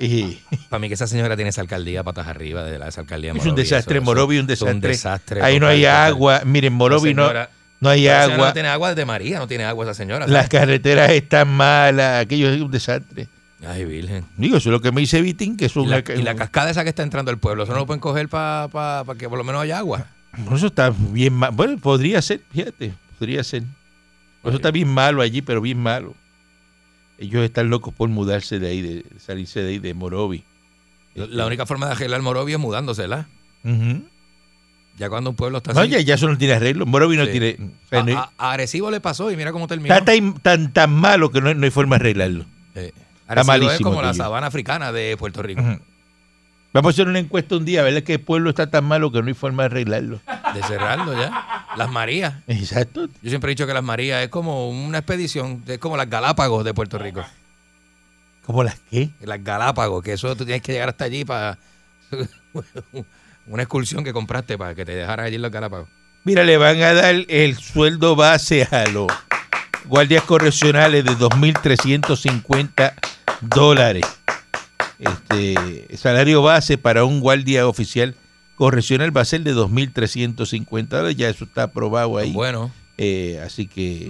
[SPEAKER 3] eh,
[SPEAKER 4] Para mí que esa señora tiene esa alcaldía patas arriba de la esa alcaldía. de
[SPEAKER 3] Es un
[SPEAKER 4] Morovis.
[SPEAKER 3] desastre,
[SPEAKER 4] Eso- eso-
[SPEAKER 3] Morovi, un
[SPEAKER 4] eso es un
[SPEAKER 3] desastre.
[SPEAKER 4] desastre
[SPEAKER 3] ahí no
[SPEAKER 4] total,
[SPEAKER 3] hay
[SPEAKER 4] total.
[SPEAKER 3] agua. Miren, Morovi
[SPEAKER 4] Esa
[SPEAKER 3] no,
[SPEAKER 4] señora-
[SPEAKER 3] no hay
[SPEAKER 4] esa señora
[SPEAKER 3] agua.
[SPEAKER 4] No tiene agua desde María, no tiene agua esa señora.
[SPEAKER 3] Las carreteras están malas. Aquello es un desastre.
[SPEAKER 4] Ay, virgen.
[SPEAKER 3] Digo, eso es lo que me dice Vitín, que es
[SPEAKER 4] Y
[SPEAKER 3] una...
[SPEAKER 4] la, y la cascada esa que está entrando al pueblo, eso no lo pueden coger para que por lo menos haya agua.
[SPEAKER 3] Bueno, eso está bien mal. Bueno, podría ser, fíjate, podría ser. Eso está bien malo allí, pero bien malo. Ellos están locos por mudarse de ahí, de salirse de ahí, de Morovi. Eh,
[SPEAKER 4] La, la única forma de arreglar Morovia es mudándosela.
[SPEAKER 3] Ujú.
[SPEAKER 4] Ya cuando un pueblo está
[SPEAKER 3] No,
[SPEAKER 4] así.
[SPEAKER 3] ya, ya eso no tiene arreglo. Morovi no
[SPEAKER 4] Pues Sí.
[SPEAKER 3] tiene... o sea, Pues no-
[SPEAKER 4] a, a- a Arecibo le pasó y mira cómo terminó.
[SPEAKER 3] está tan, tan, tan malo que no, hay- no hay forma de arreglarlo.
[SPEAKER 4] Eh, Arecibo es
[SPEAKER 3] malísimo
[SPEAKER 4] como la
[SPEAKER 3] aquello.
[SPEAKER 4] sabana africana de Puerto Rico.
[SPEAKER 3] Ujú. Vamos a hacer una encuesta un día, a ver que el pueblo está tan malo que no hay forma de arreglarlo. [laughs]
[SPEAKER 4] De cerrarlo ya. Las Marías.
[SPEAKER 3] Exacto.
[SPEAKER 4] Yo siempre he dicho que las Marías es como una expedición, es como las Galápagos de Puerto Rico.
[SPEAKER 3] ¿Cómo las qué?
[SPEAKER 4] Las Galápagos, que eso tú tienes que llegar hasta allí para [laughs] una excursión que compraste para que te dejaran allí en las Galápagos.
[SPEAKER 3] Mira, le van a dar el sueldo base a los guardias correccionales de 2.350 dólares. Este, el salario base para un guardia oficial correccional va a ser de 2.350 dólares. Ya eso está aprobado ahí.
[SPEAKER 4] Bueno,
[SPEAKER 3] Eh, así que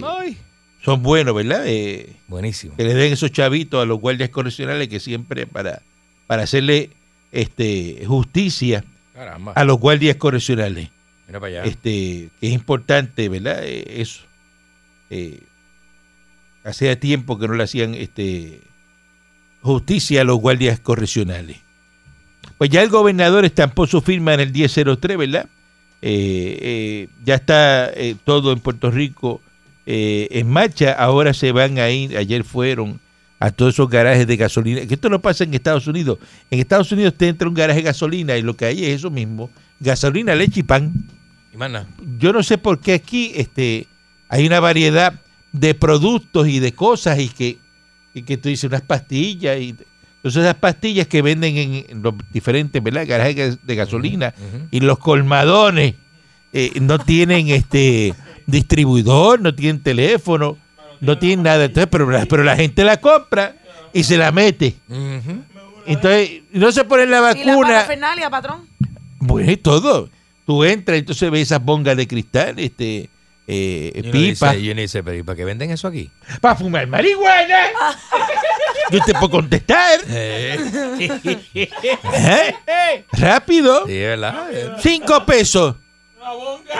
[SPEAKER 3] son buenos, ¿verdad? Eh,
[SPEAKER 4] buenísimo.
[SPEAKER 3] que le den esos chavitos a los guardias correccionales que siempre para, para hacerle este, justicia
[SPEAKER 4] Caramba.
[SPEAKER 3] a los guardias correccionales
[SPEAKER 4] Mira para allá.
[SPEAKER 3] este, que ah, es importante, ¿verdad? Eh, eso. Eh, hacía tiempo que no le hacían este, justicia a los guardias correccionales. Pues ya el gobernador estampó su firma en el 1003, ¿verdad? Eh, eh, ya está eh, todo en Puerto Rico eh, en marcha. Ahora se van a ir, ayer fueron a todos esos garajes de gasolina. Que esto no pasa en Estados Unidos. En Estados Unidos te entra un garaje de gasolina y lo que hay es eso mismo. Gasolina, leche y pan
[SPEAKER 4] Y más nada.
[SPEAKER 3] yo no sé por qué aquí este, hay una variedad de productos y de cosas y que, y que tú dices unas pastillas y entonces esas pastillas que venden en los diferentes ¿verdad? garajes de gasolina
[SPEAKER 4] ujú.
[SPEAKER 3] y los colmadones eh, no tienen este distribuidor, no tienen teléfono, no tienen nada. Entonces, pero, la- pero la gente la compra y se la mete. Entonces, no se pone la
[SPEAKER 5] ¿Y la
[SPEAKER 3] vacuna.
[SPEAKER 5] parafernalia, patrón?
[SPEAKER 3] Bueno, y todo. Tú entras y entonces ves esas bongas de cristal, este, eh,
[SPEAKER 4] Y uno
[SPEAKER 3] pipas.
[SPEAKER 4] dice- Y uno dice, pero ¿y para qué venden eso aquí?
[SPEAKER 3] ¡Para fumar marihuana! Yo te puedo contestar.
[SPEAKER 4] [laughs] Eh,
[SPEAKER 3] ¿Eh? Rápido.
[SPEAKER 4] sí, es
[SPEAKER 3] [laughs]
[SPEAKER 4] ¿verdad? Eh,
[SPEAKER 3] Cinco pesos.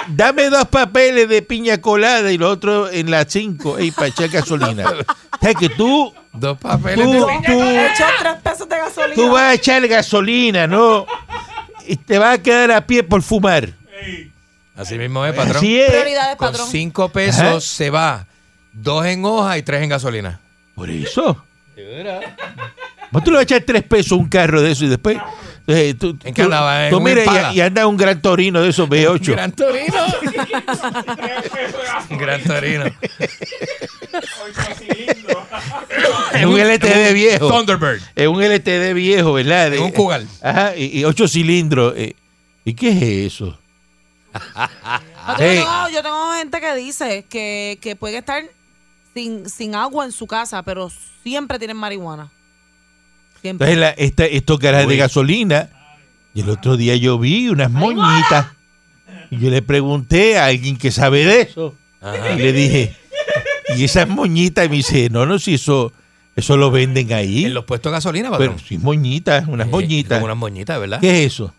[SPEAKER 3] Dame dos papeles de piña colada y lo otro en la cinco. Y para echar
[SPEAKER 4] [laughs]
[SPEAKER 3] gasolina. O sea que tú,
[SPEAKER 4] Dos papeles
[SPEAKER 3] tú,
[SPEAKER 4] de
[SPEAKER 3] tú,
[SPEAKER 5] He hecho tres pesos de gasolina.
[SPEAKER 3] tú vas a echar gasolina, ¿no? Y te vas a quedar a pie por fumar.
[SPEAKER 4] Así mismo es, patrón.
[SPEAKER 3] Así es.
[SPEAKER 5] Prioridades,
[SPEAKER 4] Con
[SPEAKER 5] patrón.
[SPEAKER 4] cinco pesos
[SPEAKER 3] Ajá.
[SPEAKER 4] se va dos en hoja y tres en gasolina.
[SPEAKER 3] Por eso. ¿Cómo tú le vas a echar tres pesos a un carro de eso y después? eh, tú,
[SPEAKER 4] ¿En qué
[SPEAKER 3] tú-
[SPEAKER 4] andaba? ¿En
[SPEAKER 3] tú
[SPEAKER 4] un
[SPEAKER 3] mira
[SPEAKER 4] Impala?
[SPEAKER 3] y, y anda un gran torino de esos B8.
[SPEAKER 4] Gran Torino. Gran Torino.
[SPEAKER 3] En un LTD viejo.
[SPEAKER 4] Thunderbird.
[SPEAKER 3] Es un LTD viejo, ¿verdad? De-
[SPEAKER 4] En un Cougar.
[SPEAKER 3] Ajá, y, y ocho cilindros. eh. ¿Y qué es eso?
[SPEAKER 5] Patrón,
[SPEAKER 3] Sí.
[SPEAKER 5] no, yo tengo gente que dice que, que puede estar sin, sin agua en su casa, pero siempre tienen marihuana. Siempre.
[SPEAKER 3] Entonces, la- esta- estos caras de
[SPEAKER 4] Uy.
[SPEAKER 3] gasolina. Y el otro día yo vi unas moñitas. Y yo le pregunté a alguien que sabe de eso. Y le dije, ¿y esas moñitas? Y me dice, no, no, si eso, eso lo venden ahí.
[SPEAKER 4] En los puestos de gasolina, patrón.
[SPEAKER 3] Pero sí, moñitas, unas
[SPEAKER 4] Eh,
[SPEAKER 3] moñitas.
[SPEAKER 4] como unas moñitas, ¿verdad?
[SPEAKER 3] ¿Qué es eso?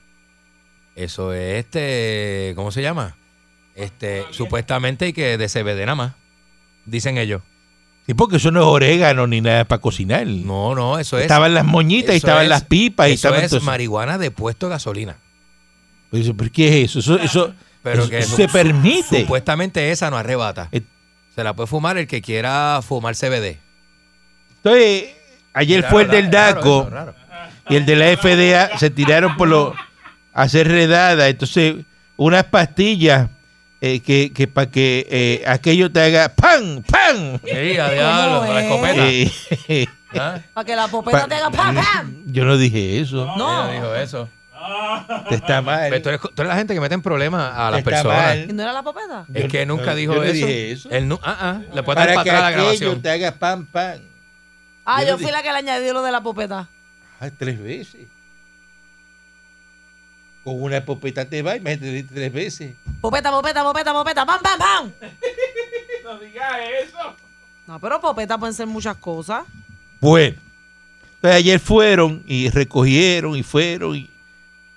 [SPEAKER 4] Eso es este, ¿cómo se llama? Este, supuestamente y que de CBD nada más. Dicen ellos.
[SPEAKER 3] Sí, porque eso no es orégano ni nada para cocinar.
[SPEAKER 4] No, no, eso es.
[SPEAKER 3] estaban las moñitas y
[SPEAKER 4] eso
[SPEAKER 3] estaban
[SPEAKER 4] es-
[SPEAKER 3] las pipas y
[SPEAKER 4] eso
[SPEAKER 3] estaban
[SPEAKER 4] es
[SPEAKER 3] todo eso.
[SPEAKER 4] marihuana de puesto de gasolina.
[SPEAKER 3] Pues dice, ¿pero qué es eso? Eso, eso-
[SPEAKER 4] Ah, Pero
[SPEAKER 3] eso
[SPEAKER 4] que
[SPEAKER 3] se
[SPEAKER 4] su-
[SPEAKER 3] permite.
[SPEAKER 4] Supuestamente esa no arrebata.
[SPEAKER 3] Eh.
[SPEAKER 4] Se la puede fumar el que quiera fumar CBD.
[SPEAKER 3] Entonces, ayer fue el del
[SPEAKER 4] Raro,
[SPEAKER 3] DACO
[SPEAKER 4] eso, raro.
[SPEAKER 3] y el de la FDA se tiraron por lo a hacer redada. Entonces, unas pastillas eh, que, que para que eh, aquello te haga ¡pam! ¡pam!
[SPEAKER 4] Sí, a diablo, con la
[SPEAKER 5] es?
[SPEAKER 4] escopeta.
[SPEAKER 3] Eh, [laughs]
[SPEAKER 4] ¿Ah?
[SPEAKER 5] Para que la
[SPEAKER 3] Pa-
[SPEAKER 5] popeta Pues te haga
[SPEAKER 3] [laughs]
[SPEAKER 5] pam, pam.
[SPEAKER 3] yo no dije eso.
[SPEAKER 5] No.
[SPEAKER 4] Ella dijo eso.
[SPEAKER 3] Está mal.
[SPEAKER 4] Pero tú, eres, tú eres la gente que mete en problemas a las
[SPEAKER 3] Está
[SPEAKER 4] personas.
[SPEAKER 3] mal.
[SPEAKER 5] ¿Y no era la popeta?
[SPEAKER 4] Es
[SPEAKER 3] Yo-
[SPEAKER 4] que nunca
[SPEAKER 3] yo
[SPEAKER 4] dijo
[SPEAKER 3] no
[SPEAKER 4] eso.
[SPEAKER 3] dije eso.
[SPEAKER 4] Él nu- ah, ah, le puede dar
[SPEAKER 3] Para
[SPEAKER 4] para
[SPEAKER 3] que
[SPEAKER 4] atrás la
[SPEAKER 3] aquello
[SPEAKER 4] grabación.
[SPEAKER 3] te haga ¡pam! ¡pam!
[SPEAKER 5] Ah,
[SPEAKER 3] Yo
[SPEAKER 5] yo
[SPEAKER 3] di-
[SPEAKER 5] fui la que le añadió lo de la popeta.
[SPEAKER 3] Ah, tres veces. Con una popeta te va, imagínate tres veces.
[SPEAKER 5] Popeta, popeta, popeta, popeta, pam, pam, pam. No digas eso. No, pero popeta pueden ser muchas cosas.
[SPEAKER 3] Bueno, entonces ayer fueron y recogieron y fueron y,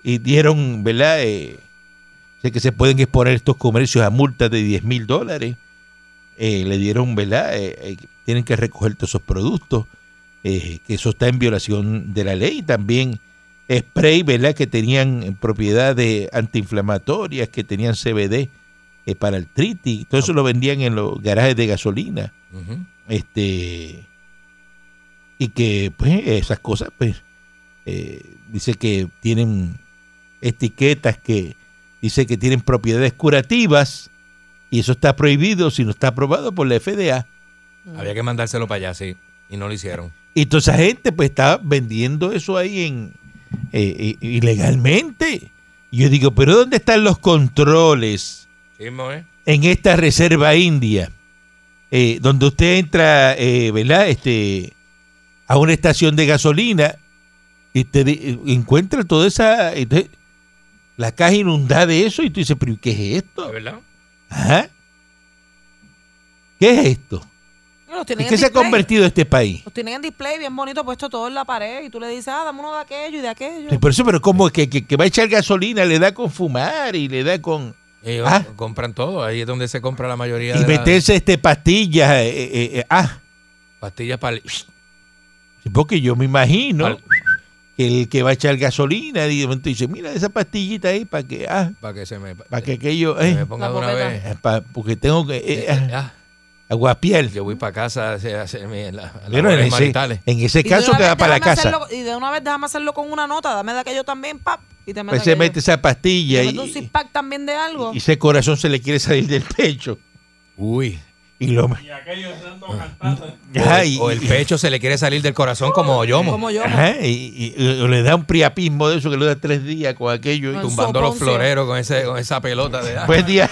[SPEAKER 3] y dieron, ¿verdad? Eh, sé que se pueden exponer estos comercios a multas de 10 mil dólares. Eh, le dieron, ¿verdad? Eh, eh, tienen que recoger todos esos productos, eh, que eso está en violación de la ley. También spray, ¿verdad? Que tenían propiedades antiinflamatorias, que tenían CBD eh, para artritis. Todo eso lo vendían en los garajes de gasolina
[SPEAKER 4] Ujú.
[SPEAKER 3] este y que pues esas cosas pues eh, dice que tienen etiquetas que dice que tienen propiedades curativas y eso está prohibido si no está aprobado por la FDA
[SPEAKER 4] Había que mandárselo para allá, sí. Y no lo hicieron.
[SPEAKER 3] y toda esa gente pues está vendiendo eso ahí en eh, i- ilegalmente Y yo digo pero dónde están los controles
[SPEAKER 4] Sí, mo, ¿eh?
[SPEAKER 3] en esta reserva india, eh, donde usted entra, eh, ¿verdad? Este, a una estación de gasolina y te di- eh, encuentra toda esa, entonces, la caja inundada de eso y tú dices, pero ¿qué es esto?
[SPEAKER 4] ¿Verdad?
[SPEAKER 3] Ajá. ¿Qué es esto?
[SPEAKER 5] No, Los
[SPEAKER 3] ¿En
[SPEAKER 5] tienen
[SPEAKER 3] qué
[SPEAKER 5] en
[SPEAKER 3] se ha
[SPEAKER 5] display.
[SPEAKER 3] convertido este país?
[SPEAKER 5] Los tienen en display bien bonito puesto todo en la pared y tú le dices, ah, dame uno de aquello y de aquello.
[SPEAKER 3] Sí, Por eso, pero ¿cómo? Que, que, que va a echar gasolina, le da con fumar y le da con...
[SPEAKER 4] Ellos
[SPEAKER 3] Ah.
[SPEAKER 4] compran todo. Ahí es donde se compra la mayoría
[SPEAKER 3] Y
[SPEAKER 4] de las
[SPEAKER 3] meterse este pastillas. eh, eh, eh, ah,
[SPEAKER 4] pastillas para el-
[SPEAKER 3] Sí, Porque yo me imagino
[SPEAKER 4] Al-
[SPEAKER 3] que el que va a echar gasolina y de momento dice, mira esa pastillita ahí para que, ah,
[SPEAKER 4] para que se me,
[SPEAKER 3] para que aquello,
[SPEAKER 4] se
[SPEAKER 3] eh,
[SPEAKER 4] me ponga
[SPEAKER 5] La
[SPEAKER 4] de una
[SPEAKER 5] bofeta.
[SPEAKER 4] vez.
[SPEAKER 3] eh, pa- porque tengo que eh,
[SPEAKER 4] Eh,
[SPEAKER 3] ah,
[SPEAKER 4] ah,
[SPEAKER 3] aguapiel.
[SPEAKER 4] yo voy para casa a hacer, a hacer mi- la- las
[SPEAKER 3] Pero en
[SPEAKER 4] labores
[SPEAKER 3] ese,
[SPEAKER 4] maritales.
[SPEAKER 3] en ese
[SPEAKER 5] Y de
[SPEAKER 3] caso
[SPEAKER 5] una
[SPEAKER 3] queda
[SPEAKER 5] vez
[SPEAKER 3] para la
[SPEAKER 5] déjame
[SPEAKER 3] casa. pues
[SPEAKER 5] hacerlo- y de una vez déjame hacerlo con una nota, dame de aquello también, pap. Y te meto
[SPEAKER 3] Pues se
[SPEAKER 5] aquello.
[SPEAKER 3] mete esa
[SPEAKER 5] Y
[SPEAKER 3] pastilla
[SPEAKER 5] te
[SPEAKER 3] y,
[SPEAKER 5] meto un six pack también de algo.
[SPEAKER 3] y ese corazón se le quiere salir del pecho.
[SPEAKER 4] Uy. Ah.
[SPEAKER 3] Y lo
[SPEAKER 8] Y aquellos dando
[SPEAKER 3] [laughs]
[SPEAKER 8] cantando.
[SPEAKER 3] Ajá,
[SPEAKER 4] o, el,
[SPEAKER 3] y-
[SPEAKER 4] o el pecho se le quiere salir del corazón como Yomo,
[SPEAKER 5] Como yo.
[SPEAKER 3] ajá, y- y- y le da un priapismo de eso que le da tres días con aquello. y-
[SPEAKER 5] Con
[SPEAKER 4] tumbando los
[SPEAKER 5] Soponcio.
[SPEAKER 4] floreros con, ese, con esa pelota de ah,
[SPEAKER 3] buen día,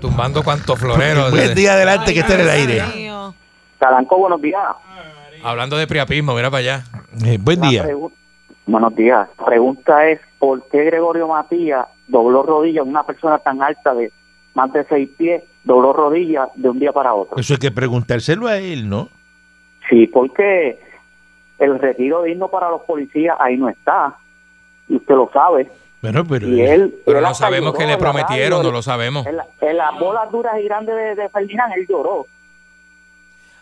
[SPEAKER 4] tumbando cuantos floreros.
[SPEAKER 3] buen día adelante que esté en el aire.
[SPEAKER 5] Dios mío.
[SPEAKER 9] Calanco, buenos días.
[SPEAKER 4] Hablando de priapismo, mira para allá.
[SPEAKER 3] Eh, buen
[SPEAKER 9] La
[SPEAKER 3] día.
[SPEAKER 9] pregu- Buenos días. La pregunta es, ¿por qué Gregorio Matías dobló rodillas una persona tan alta de más de seis pies, dobló rodillas de un día para
[SPEAKER 4] Pues-
[SPEAKER 9] otro?
[SPEAKER 3] Pues Eso hay que preguntárselo a él, ¿no?
[SPEAKER 9] Sí, porque el retiro digno para los policías ahí no está. Y usted lo sabe.
[SPEAKER 3] Bueno, pero
[SPEAKER 9] Y él...
[SPEAKER 4] Pero
[SPEAKER 9] él
[SPEAKER 4] no
[SPEAKER 9] hasta
[SPEAKER 4] sabemos
[SPEAKER 9] lloró
[SPEAKER 4] qué le
[SPEAKER 9] en la
[SPEAKER 4] prometieron,
[SPEAKER 9] radio.
[SPEAKER 4] no lo sabemos.
[SPEAKER 9] En, la- en las bolas duras y grandes de, de Ferdinand, él lloró.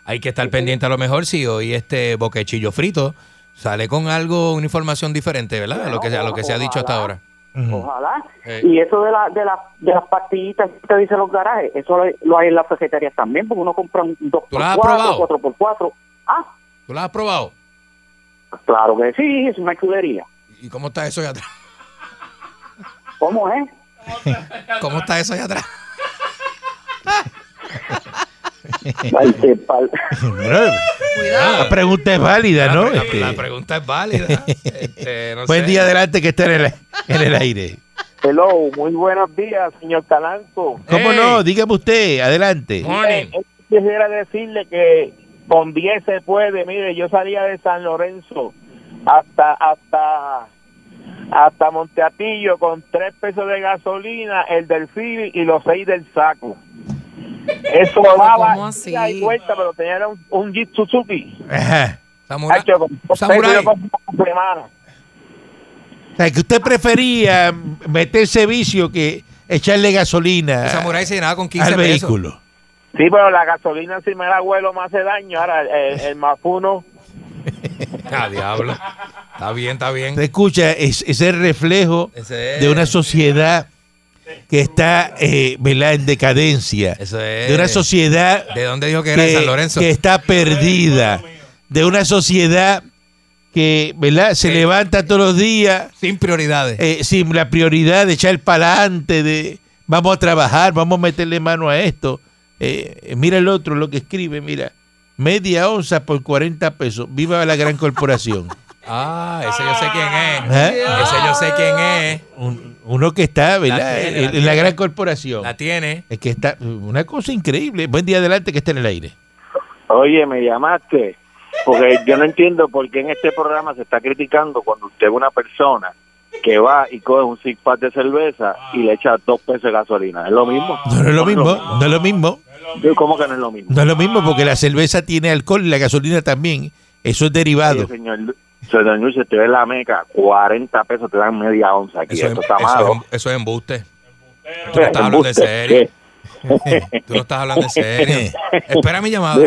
[SPEAKER 4] Hay que estar pendiente a lo mejor si hoy este boquechillo frito sale con algo, una información diferente, ¿verdad? A lo que, a lo que se ha dicho hasta ahora.
[SPEAKER 3] Ujú.
[SPEAKER 9] Ojalá.
[SPEAKER 4] Eh.
[SPEAKER 9] Y eso de, la, de, la, de las pastillitas que usted dice en los garajes, eso lo, lo hay en las cafeterías también, porque uno compra un 2x4,
[SPEAKER 4] ¿Tú las has probado?
[SPEAKER 9] 4x4. Ah,
[SPEAKER 4] ¿Tú la has probado?
[SPEAKER 9] claro que sí, es una chulería.
[SPEAKER 4] ¿Y cómo está eso allá atrás? [laughs]
[SPEAKER 9] ¿Cómo es?
[SPEAKER 4] ¿Cómo está eso allá atrás?
[SPEAKER 9] Ay, qué pal-
[SPEAKER 3] Bueno, la pregunta es válida, ¿no?
[SPEAKER 4] La,
[SPEAKER 3] Este,
[SPEAKER 4] la pregunta
[SPEAKER 3] [laughs]
[SPEAKER 4] es válida. Este, no
[SPEAKER 3] buen
[SPEAKER 4] sé.
[SPEAKER 3] día adelante que esté en el,
[SPEAKER 4] [laughs]
[SPEAKER 3] en el aire.
[SPEAKER 10] Hello, muy buenos días, señor Calanco.
[SPEAKER 3] ¿Cómo
[SPEAKER 4] Hey.
[SPEAKER 3] no? Dígame usted, adelante.
[SPEAKER 4] Morning.
[SPEAKER 10] Eh, Quisiera decirle que con 10 se puede. Mire, yo salía de San Lorenzo hasta hasta hasta Monteatillo con 3 pesos de gasolina, el del Philly y los 6 del saco. Eso daba
[SPEAKER 5] ¿cómo así?
[SPEAKER 10] ida y vuelta, pero tenía un, un Jeep Suzuki.
[SPEAKER 3] Ajá. Ah,
[SPEAKER 4] Samurai.
[SPEAKER 10] Hacho, con dos pesos
[SPEAKER 4] Samurai.
[SPEAKER 10] yo compraba una semana.
[SPEAKER 3] O sea, que usted prefería meterse vicio que echarle gasolina
[SPEAKER 4] Samurai se llenaba con 15
[SPEAKER 3] al
[SPEAKER 4] pesos.
[SPEAKER 3] vehículo.
[SPEAKER 10] Sí, pero la gasolina si me la vuelo me hace daño. Ahora, el, el Mafuno...
[SPEAKER 4] Ah, diablo. Está bien, está
[SPEAKER 3] Usted
[SPEAKER 4] bien.
[SPEAKER 3] escucha es, ese reflejo
[SPEAKER 4] Ese es.
[SPEAKER 3] de una sociedad que está eh, ¿verdad? en decadencia,
[SPEAKER 4] Eso es.
[SPEAKER 3] de una sociedad
[SPEAKER 4] ¿De dónde dijo que era? ¿De
[SPEAKER 3] que,
[SPEAKER 4] San Lorenzo?
[SPEAKER 3] que está perdida, de una sociedad que ¿verdad? se
[SPEAKER 4] Eh.
[SPEAKER 3] levanta todos los días
[SPEAKER 4] Sin prioridades.
[SPEAKER 3] eh, sin la prioridad de echar para adelante, de vamos a trabajar, vamos a meterle mano a esto. Eh, eh, mira el otro, lo que escribe, mira, media onza por 40 pesos, viva la gran
[SPEAKER 4] [laughs]
[SPEAKER 3] corporación.
[SPEAKER 4] Ah, ese yo sé quién es.
[SPEAKER 3] Ajá.
[SPEAKER 4] Ese yo sé quién es.
[SPEAKER 3] Un- uno que está, ¿verdad?
[SPEAKER 4] tiene,
[SPEAKER 3] en,
[SPEAKER 4] la
[SPEAKER 3] en la
[SPEAKER 4] tiene.
[SPEAKER 3] gran corporación.
[SPEAKER 4] La tiene.
[SPEAKER 3] Es que está, una cosa increíble. Buen día adelante que está en el aire.
[SPEAKER 10] Oye, me llamaste, porque yo no entiendo por qué en este programa se está criticando cuando usted es una persona que va y coge un six pack de cerveza y le echa dos pesos de gasolina. Es lo mismo.
[SPEAKER 3] No, es lo mismo, no es lo mismo.
[SPEAKER 10] Yo, ¿Cómo que no es lo mismo?
[SPEAKER 3] No es lo mismo porque la cerveza tiene alcohol y la gasolina también. Eso es
[SPEAKER 10] Oye,
[SPEAKER 3] derivado.
[SPEAKER 10] señor, Lu- señor Luis, te ves la meca, 40 pesos te dan media
[SPEAKER 3] [laughs]
[SPEAKER 10] onza aquí.
[SPEAKER 4] Eso,
[SPEAKER 10] Eso,
[SPEAKER 4] es, em,
[SPEAKER 10] está
[SPEAKER 4] eso,
[SPEAKER 10] malo.
[SPEAKER 4] es, eso es embuste. Tú no estás hablando en
[SPEAKER 10] Embuste.
[SPEAKER 4] serio. Tú no estás hablando en
[SPEAKER 10] [laughs]
[SPEAKER 4] serio. Espera mi llamada.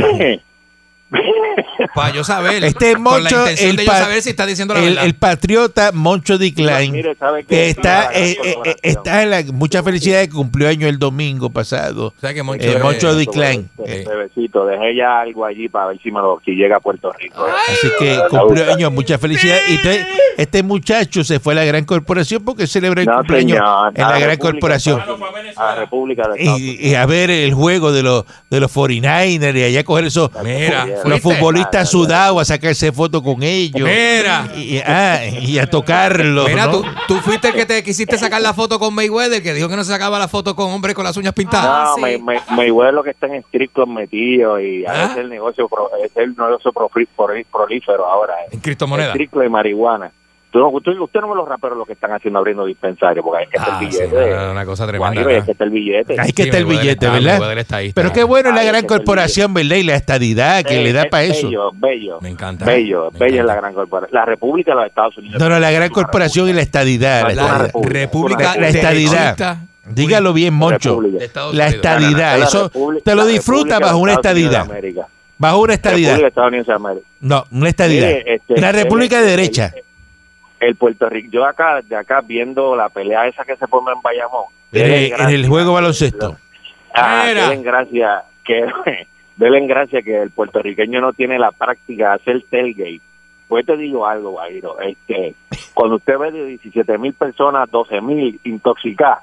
[SPEAKER 4] Para yo saber.
[SPEAKER 3] Este es
[SPEAKER 4] con la
[SPEAKER 3] Moncho,
[SPEAKER 4] intención
[SPEAKER 3] el
[SPEAKER 4] de yo
[SPEAKER 3] pa-
[SPEAKER 4] saber si está diciendo la
[SPEAKER 3] El,
[SPEAKER 4] verdad.
[SPEAKER 3] el patriota Moncho D. Klein,
[SPEAKER 10] Mire, ¿sabe qué?
[SPEAKER 3] que está,
[SPEAKER 10] Está en la
[SPEAKER 3] eh, eh, eh,
[SPEAKER 10] corporación.
[SPEAKER 3] está en la, mucha felicidad de cumplió año el domingo pasado.
[SPEAKER 4] o sea que Moncho,
[SPEAKER 3] Eh,
[SPEAKER 4] es-
[SPEAKER 3] Moncho D. Klein. Eh,
[SPEAKER 10] Bebecito, dejé ya algo allí para ver si, me lo, si llega a Puerto Rico.
[SPEAKER 3] Así que cumplió años, mucha felicidad. Y te- este muchacho se fue a la gran corporación porque celebra el
[SPEAKER 10] No,
[SPEAKER 3] cumpleaños
[SPEAKER 10] señor,
[SPEAKER 3] en
[SPEAKER 10] a
[SPEAKER 3] la gran
[SPEAKER 10] República,
[SPEAKER 3] corporación.
[SPEAKER 10] A la República de Estados
[SPEAKER 3] Y, y a ver el juego de los, de los 49ers y allá coger esos
[SPEAKER 4] Mira,
[SPEAKER 3] los
[SPEAKER 4] fuiste.
[SPEAKER 3] futbolistas sudados a sacarse foto con ellos.
[SPEAKER 4] Mira.
[SPEAKER 3] Y, y- ah, y a tocarlos.
[SPEAKER 4] Mira,
[SPEAKER 3] ¿no?
[SPEAKER 4] tú, tú fuiste el que te quisiste sacar la foto con Mayweather, que dijo que no se sacaba la foto con hombres con las uñas pintadas.
[SPEAKER 5] Ah,
[SPEAKER 10] No,
[SPEAKER 5] sí.
[SPEAKER 10] me, me, me huele lo que está en estrictos metidos y a
[SPEAKER 4] ¿Ah?
[SPEAKER 10] veces el negocio pro- es el negocio profi- proli- prolífero ahora.
[SPEAKER 4] En
[SPEAKER 10] eh.
[SPEAKER 4] criptomonedas.
[SPEAKER 10] Estricto de marihuana. Tú no- usted, usted no ve los raperos lo que están haciendo abriendo dispensarios porque hay que estar
[SPEAKER 4] Ah,
[SPEAKER 10] el
[SPEAKER 4] sí,
[SPEAKER 10] billete.
[SPEAKER 4] una, una cosa tremenda.
[SPEAKER 10] Guajiro, hay
[SPEAKER 4] ¿no?
[SPEAKER 10] que estar el billete.
[SPEAKER 3] Ahí que
[SPEAKER 4] Sí,
[SPEAKER 3] está el
[SPEAKER 4] Mayweather
[SPEAKER 3] billete,
[SPEAKER 4] está-
[SPEAKER 3] ¿verdad?
[SPEAKER 4] Mayweather está ahí, está
[SPEAKER 3] Pero
[SPEAKER 4] ahí.
[SPEAKER 3] qué bueno la
[SPEAKER 10] Ahí
[SPEAKER 3] gran
[SPEAKER 10] está el
[SPEAKER 3] corporación, ¿verdad? Y la estadidad que
[SPEAKER 10] Eh,
[SPEAKER 3] le da
[SPEAKER 10] es
[SPEAKER 3] para eso.
[SPEAKER 10] Bello, bello.
[SPEAKER 4] Me encanta.
[SPEAKER 10] Bello,
[SPEAKER 4] Me
[SPEAKER 10] bello es la
[SPEAKER 4] encanta.
[SPEAKER 10] gran corporación. La República de los Estados Unidos.
[SPEAKER 3] No, no, la gran corporación y la estadidad. La
[SPEAKER 10] La-
[SPEAKER 4] La
[SPEAKER 3] estadidad.
[SPEAKER 10] República.
[SPEAKER 4] República
[SPEAKER 3] La estadidad.
[SPEAKER 4] Derechista
[SPEAKER 3] Dígalo bien, Moncho.
[SPEAKER 10] República.
[SPEAKER 4] de Estados
[SPEAKER 3] La
[SPEAKER 4] Unidos.
[SPEAKER 3] estadidad.
[SPEAKER 10] La
[SPEAKER 3] Eso
[SPEAKER 10] República-
[SPEAKER 3] te lo
[SPEAKER 10] la
[SPEAKER 3] disfruta
[SPEAKER 10] República
[SPEAKER 3] bajo
[SPEAKER 10] de
[SPEAKER 3] una
[SPEAKER 10] Estados Unidos de
[SPEAKER 3] estadidad.
[SPEAKER 10] América.
[SPEAKER 3] Bajo una
[SPEAKER 10] República de
[SPEAKER 3] estadidad.
[SPEAKER 10] Estados Unidos de América.
[SPEAKER 3] No, una estadidad.
[SPEAKER 10] Mire, este,
[SPEAKER 3] Una república
[SPEAKER 10] el-
[SPEAKER 3] de derecha.
[SPEAKER 10] El, el Puerto Rico, yo acá, de acá viendo la pelea esa que se forma en Bayamón.
[SPEAKER 3] En
[SPEAKER 10] denle
[SPEAKER 3] el, en
[SPEAKER 10] gracias.
[SPEAKER 3] el juego baloncesto.
[SPEAKER 10] Ah,
[SPEAKER 4] Mira.
[SPEAKER 10] denle gracias
[SPEAKER 9] [laughs]
[SPEAKER 10] que, denle gracias que el puertorriqueño no tiene la práctica de hacer tailgate. Pues te digo algo, Guajiro, este, cuando usted ve de 17 mil personas, 12 mil intoxicadas,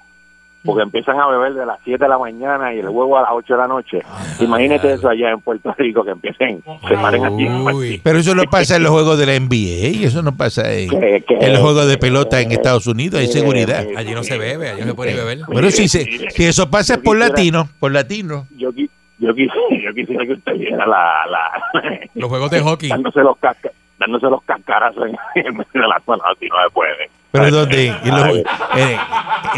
[SPEAKER 4] Mm.
[SPEAKER 9] porque empiezan a beber de las 7 de la mañana y el huevo a las 8 de la noche.
[SPEAKER 4] Ah,
[SPEAKER 9] Imagínate eso allá en Puerto Rico, que empiecen, se paren aquí.
[SPEAKER 4] Uy.
[SPEAKER 3] Pero eso no pasa en los juegos de la NBA, y eso no pasa en,
[SPEAKER 9] Que- que- eh,
[SPEAKER 3] en los juegos de pelota en Estados Unidos, hay seguridad.
[SPEAKER 4] Allí no se bebe, allí no se puede ni beber.
[SPEAKER 3] Bueno, si, se- si eso pasa es por latino, por latino.
[SPEAKER 9] Yo, qui- yo, quisiera, yo quisiera que usted viera la, la,
[SPEAKER 4] Los juegos de [laughs] hockey.
[SPEAKER 9] dándose los casca- dándose los cascarazos en, [laughs] en medio de la zona si no se puede
[SPEAKER 3] Pero donde en los, en- en-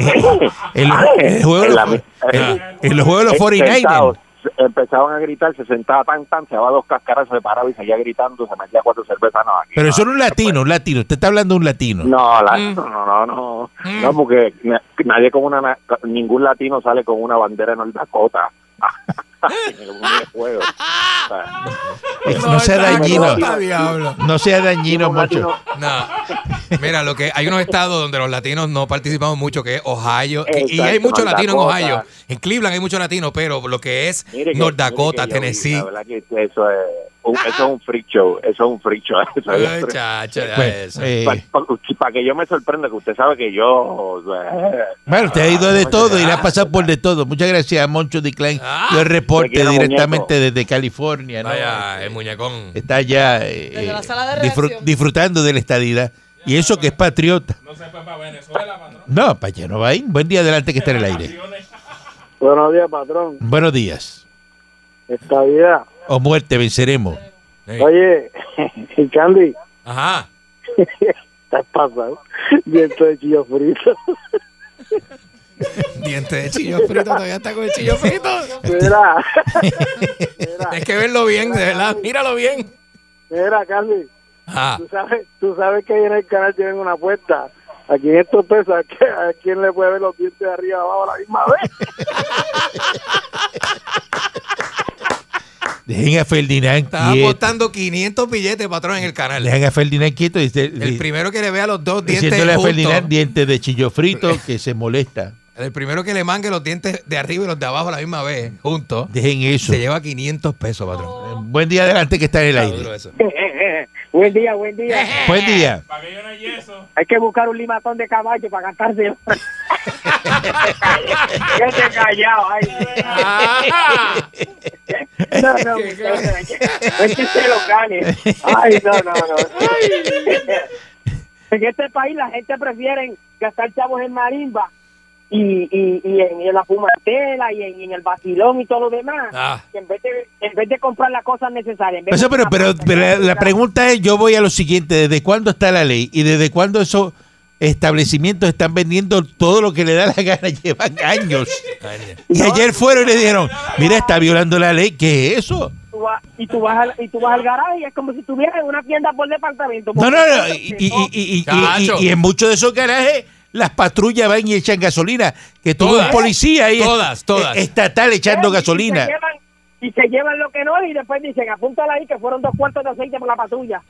[SPEAKER 3] en los- ah, en ah, los juegos de los- en- en los juegos de los 49ers.
[SPEAKER 9] Sentados, empezaban a gritar se sentaba tan tan se daba dos cascarazos se paraba y seguía gritando se metía cuatro cervezas no, aquí
[SPEAKER 3] Pero
[SPEAKER 9] no,
[SPEAKER 3] eso no es un latino, un latino. Usted está hablando de un latino.
[SPEAKER 9] no, la- no, no, no, no, porque na- nadie con una, na- ningún latino sale con una bandera en North Dakota. [laughs] en el juego. O sea,
[SPEAKER 3] Eh, no sea
[SPEAKER 4] está
[SPEAKER 3] dañino.
[SPEAKER 4] corta, diablo.
[SPEAKER 3] No sea dañino,
[SPEAKER 9] ningún latino-
[SPEAKER 3] mucho.
[SPEAKER 4] No. Mira, lo que hay unos estados donde los latinos no participamos mucho, que es Ohio. que- y
[SPEAKER 9] Exacto,
[SPEAKER 4] hay muchos
[SPEAKER 9] North
[SPEAKER 4] latinos en
[SPEAKER 9] Dakota.
[SPEAKER 4] Ohio. En Cleveland hay muchos latinos, pero lo que es
[SPEAKER 9] Mire que-
[SPEAKER 4] North
[SPEAKER 9] mire que
[SPEAKER 4] Dakota,
[SPEAKER 9] yo vi,
[SPEAKER 4] Tennessee.
[SPEAKER 9] La verdad que eso es, un, eso es un freak show. Eso es un freak
[SPEAKER 3] Ah,
[SPEAKER 9] show. [laughs] Eso es-
[SPEAKER 4] Ay, chacho, ya
[SPEAKER 3] Pues,
[SPEAKER 4] eso.
[SPEAKER 3] eh,
[SPEAKER 9] para que yo me sorprenda, que usted sabe que yo. eh, Ah, o sea,
[SPEAKER 3] bueno, usted ha ido de todo y le ha pasado por de todo. Muchas gracias a Moncho Declan. Yo el
[SPEAKER 9] Te
[SPEAKER 3] reporte
[SPEAKER 9] quiero,
[SPEAKER 3] directamente desde California. ¿no?
[SPEAKER 4] Ah. Vaya,
[SPEAKER 9] eh.
[SPEAKER 3] Este,
[SPEAKER 4] el muñecón.
[SPEAKER 3] Está allá eh,
[SPEAKER 5] Desde la
[SPEAKER 3] eh,
[SPEAKER 5] sala de
[SPEAKER 3] disfru-
[SPEAKER 5] redacción.
[SPEAKER 3] disfrutando de la estadidad. Y eso que es patriota.
[SPEAKER 6] No se fue para Venezuela, patrón.
[SPEAKER 3] No, para allá no va a ir. Buen día adelante que está en el aire.
[SPEAKER 9] Buenos días, patrón.
[SPEAKER 3] Buenos días.
[SPEAKER 9] Esta vida.
[SPEAKER 3] O muerte, venceremos.
[SPEAKER 4] Ey.
[SPEAKER 9] Oye, [laughs] Candy,
[SPEAKER 4] Ajá.
[SPEAKER 9] estás pasado. Viento de chillo frito. [laughs]
[SPEAKER 4] Diente de chillo frito, todavía está con el chillo frito.
[SPEAKER 9] [laughs]
[SPEAKER 4] [laughs]
[SPEAKER 9] Mira,
[SPEAKER 4] Tienes que verlo bien, de verdad. Míralo bien.
[SPEAKER 9] mira, Candy.
[SPEAKER 4] Ajá.
[SPEAKER 9] Tú sabes, tú sabes que ahí en el canal tienen una apuesta. A 500 pesos, ¿a, qué- a quién le puede ver los dientes de arriba abajo
[SPEAKER 10] [laughs]
[SPEAKER 9] a la misma vez?
[SPEAKER 3] Dejen a Ferdinand
[SPEAKER 4] Estaba
[SPEAKER 3] quieto.
[SPEAKER 4] apostando 500 billetes, patrón, en el canal.
[SPEAKER 3] Dejen a Ferdinand quieto. y se-
[SPEAKER 4] El primero que le vea los dos dientes
[SPEAKER 3] diciéndole a
[SPEAKER 4] juntos.
[SPEAKER 3] Ferdinand dientes de chillo frito que se molesta.
[SPEAKER 4] El primero que le mangue los dientes de arriba y los de abajo a la misma vez, juntos,
[SPEAKER 3] Dejen eso.
[SPEAKER 4] se lleva 500 pesos, patrón.
[SPEAKER 3] Buen día adelante que está en el
[SPEAKER 4] Está duro
[SPEAKER 3] aire.
[SPEAKER 4] eso.
[SPEAKER 10] Eh,
[SPEAKER 9] buen día, buen día.
[SPEAKER 3] [laughs] Buen día.
[SPEAKER 6] Para que yo no hay yeso.
[SPEAKER 9] Hay que buscar un limatón de caballo para [laughs] cantárselo. Yo te he callado, ay. No, no, mi cosa, es que- es que se lo gane. Ay, no, no, no. En este país la gente prefiere gastar chavos en marimba y, y, y en, y en la fumantela y en, y en el vacilón y todo lo demás.
[SPEAKER 4] Ah.
[SPEAKER 9] que En vez, de, en vez de comprar las cosas necesarias. en vez
[SPEAKER 3] Eso,
[SPEAKER 9] de-
[SPEAKER 3] pero, pero, pero la, la pregunta es, yo voy a lo siguiente, ¿desde cuándo está la ley? ¿Y desde cuándo esos establecimientos están vendiendo todo lo que le da la gana? [laughs] Llevan años. Y ayer fueron y le dijeron, mira, está violando la ley, ¿qué es eso?
[SPEAKER 9] tú vas- y tú vas al, y tú vas al garaje y es como si estuvieras en una tienda por departamento.
[SPEAKER 3] No, no, no. Y, y-
[SPEAKER 9] Porque-
[SPEAKER 3] y- y- y-
[SPEAKER 4] Chacho.
[SPEAKER 3] y- y en muchos de esos garajes las patrullas van y echan gasolina. Que tuvo
[SPEAKER 4] Todas.
[SPEAKER 3] un policía ahí.
[SPEAKER 4] Todas, todas.
[SPEAKER 3] eh, Estatal echando gasolina.
[SPEAKER 9] Y se, llevan, y se llevan lo que no es y después dicen, apúntala ahí que fueron dos cuartos de aceite por
[SPEAKER 3] [laughs]
[SPEAKER 9] la patrulla.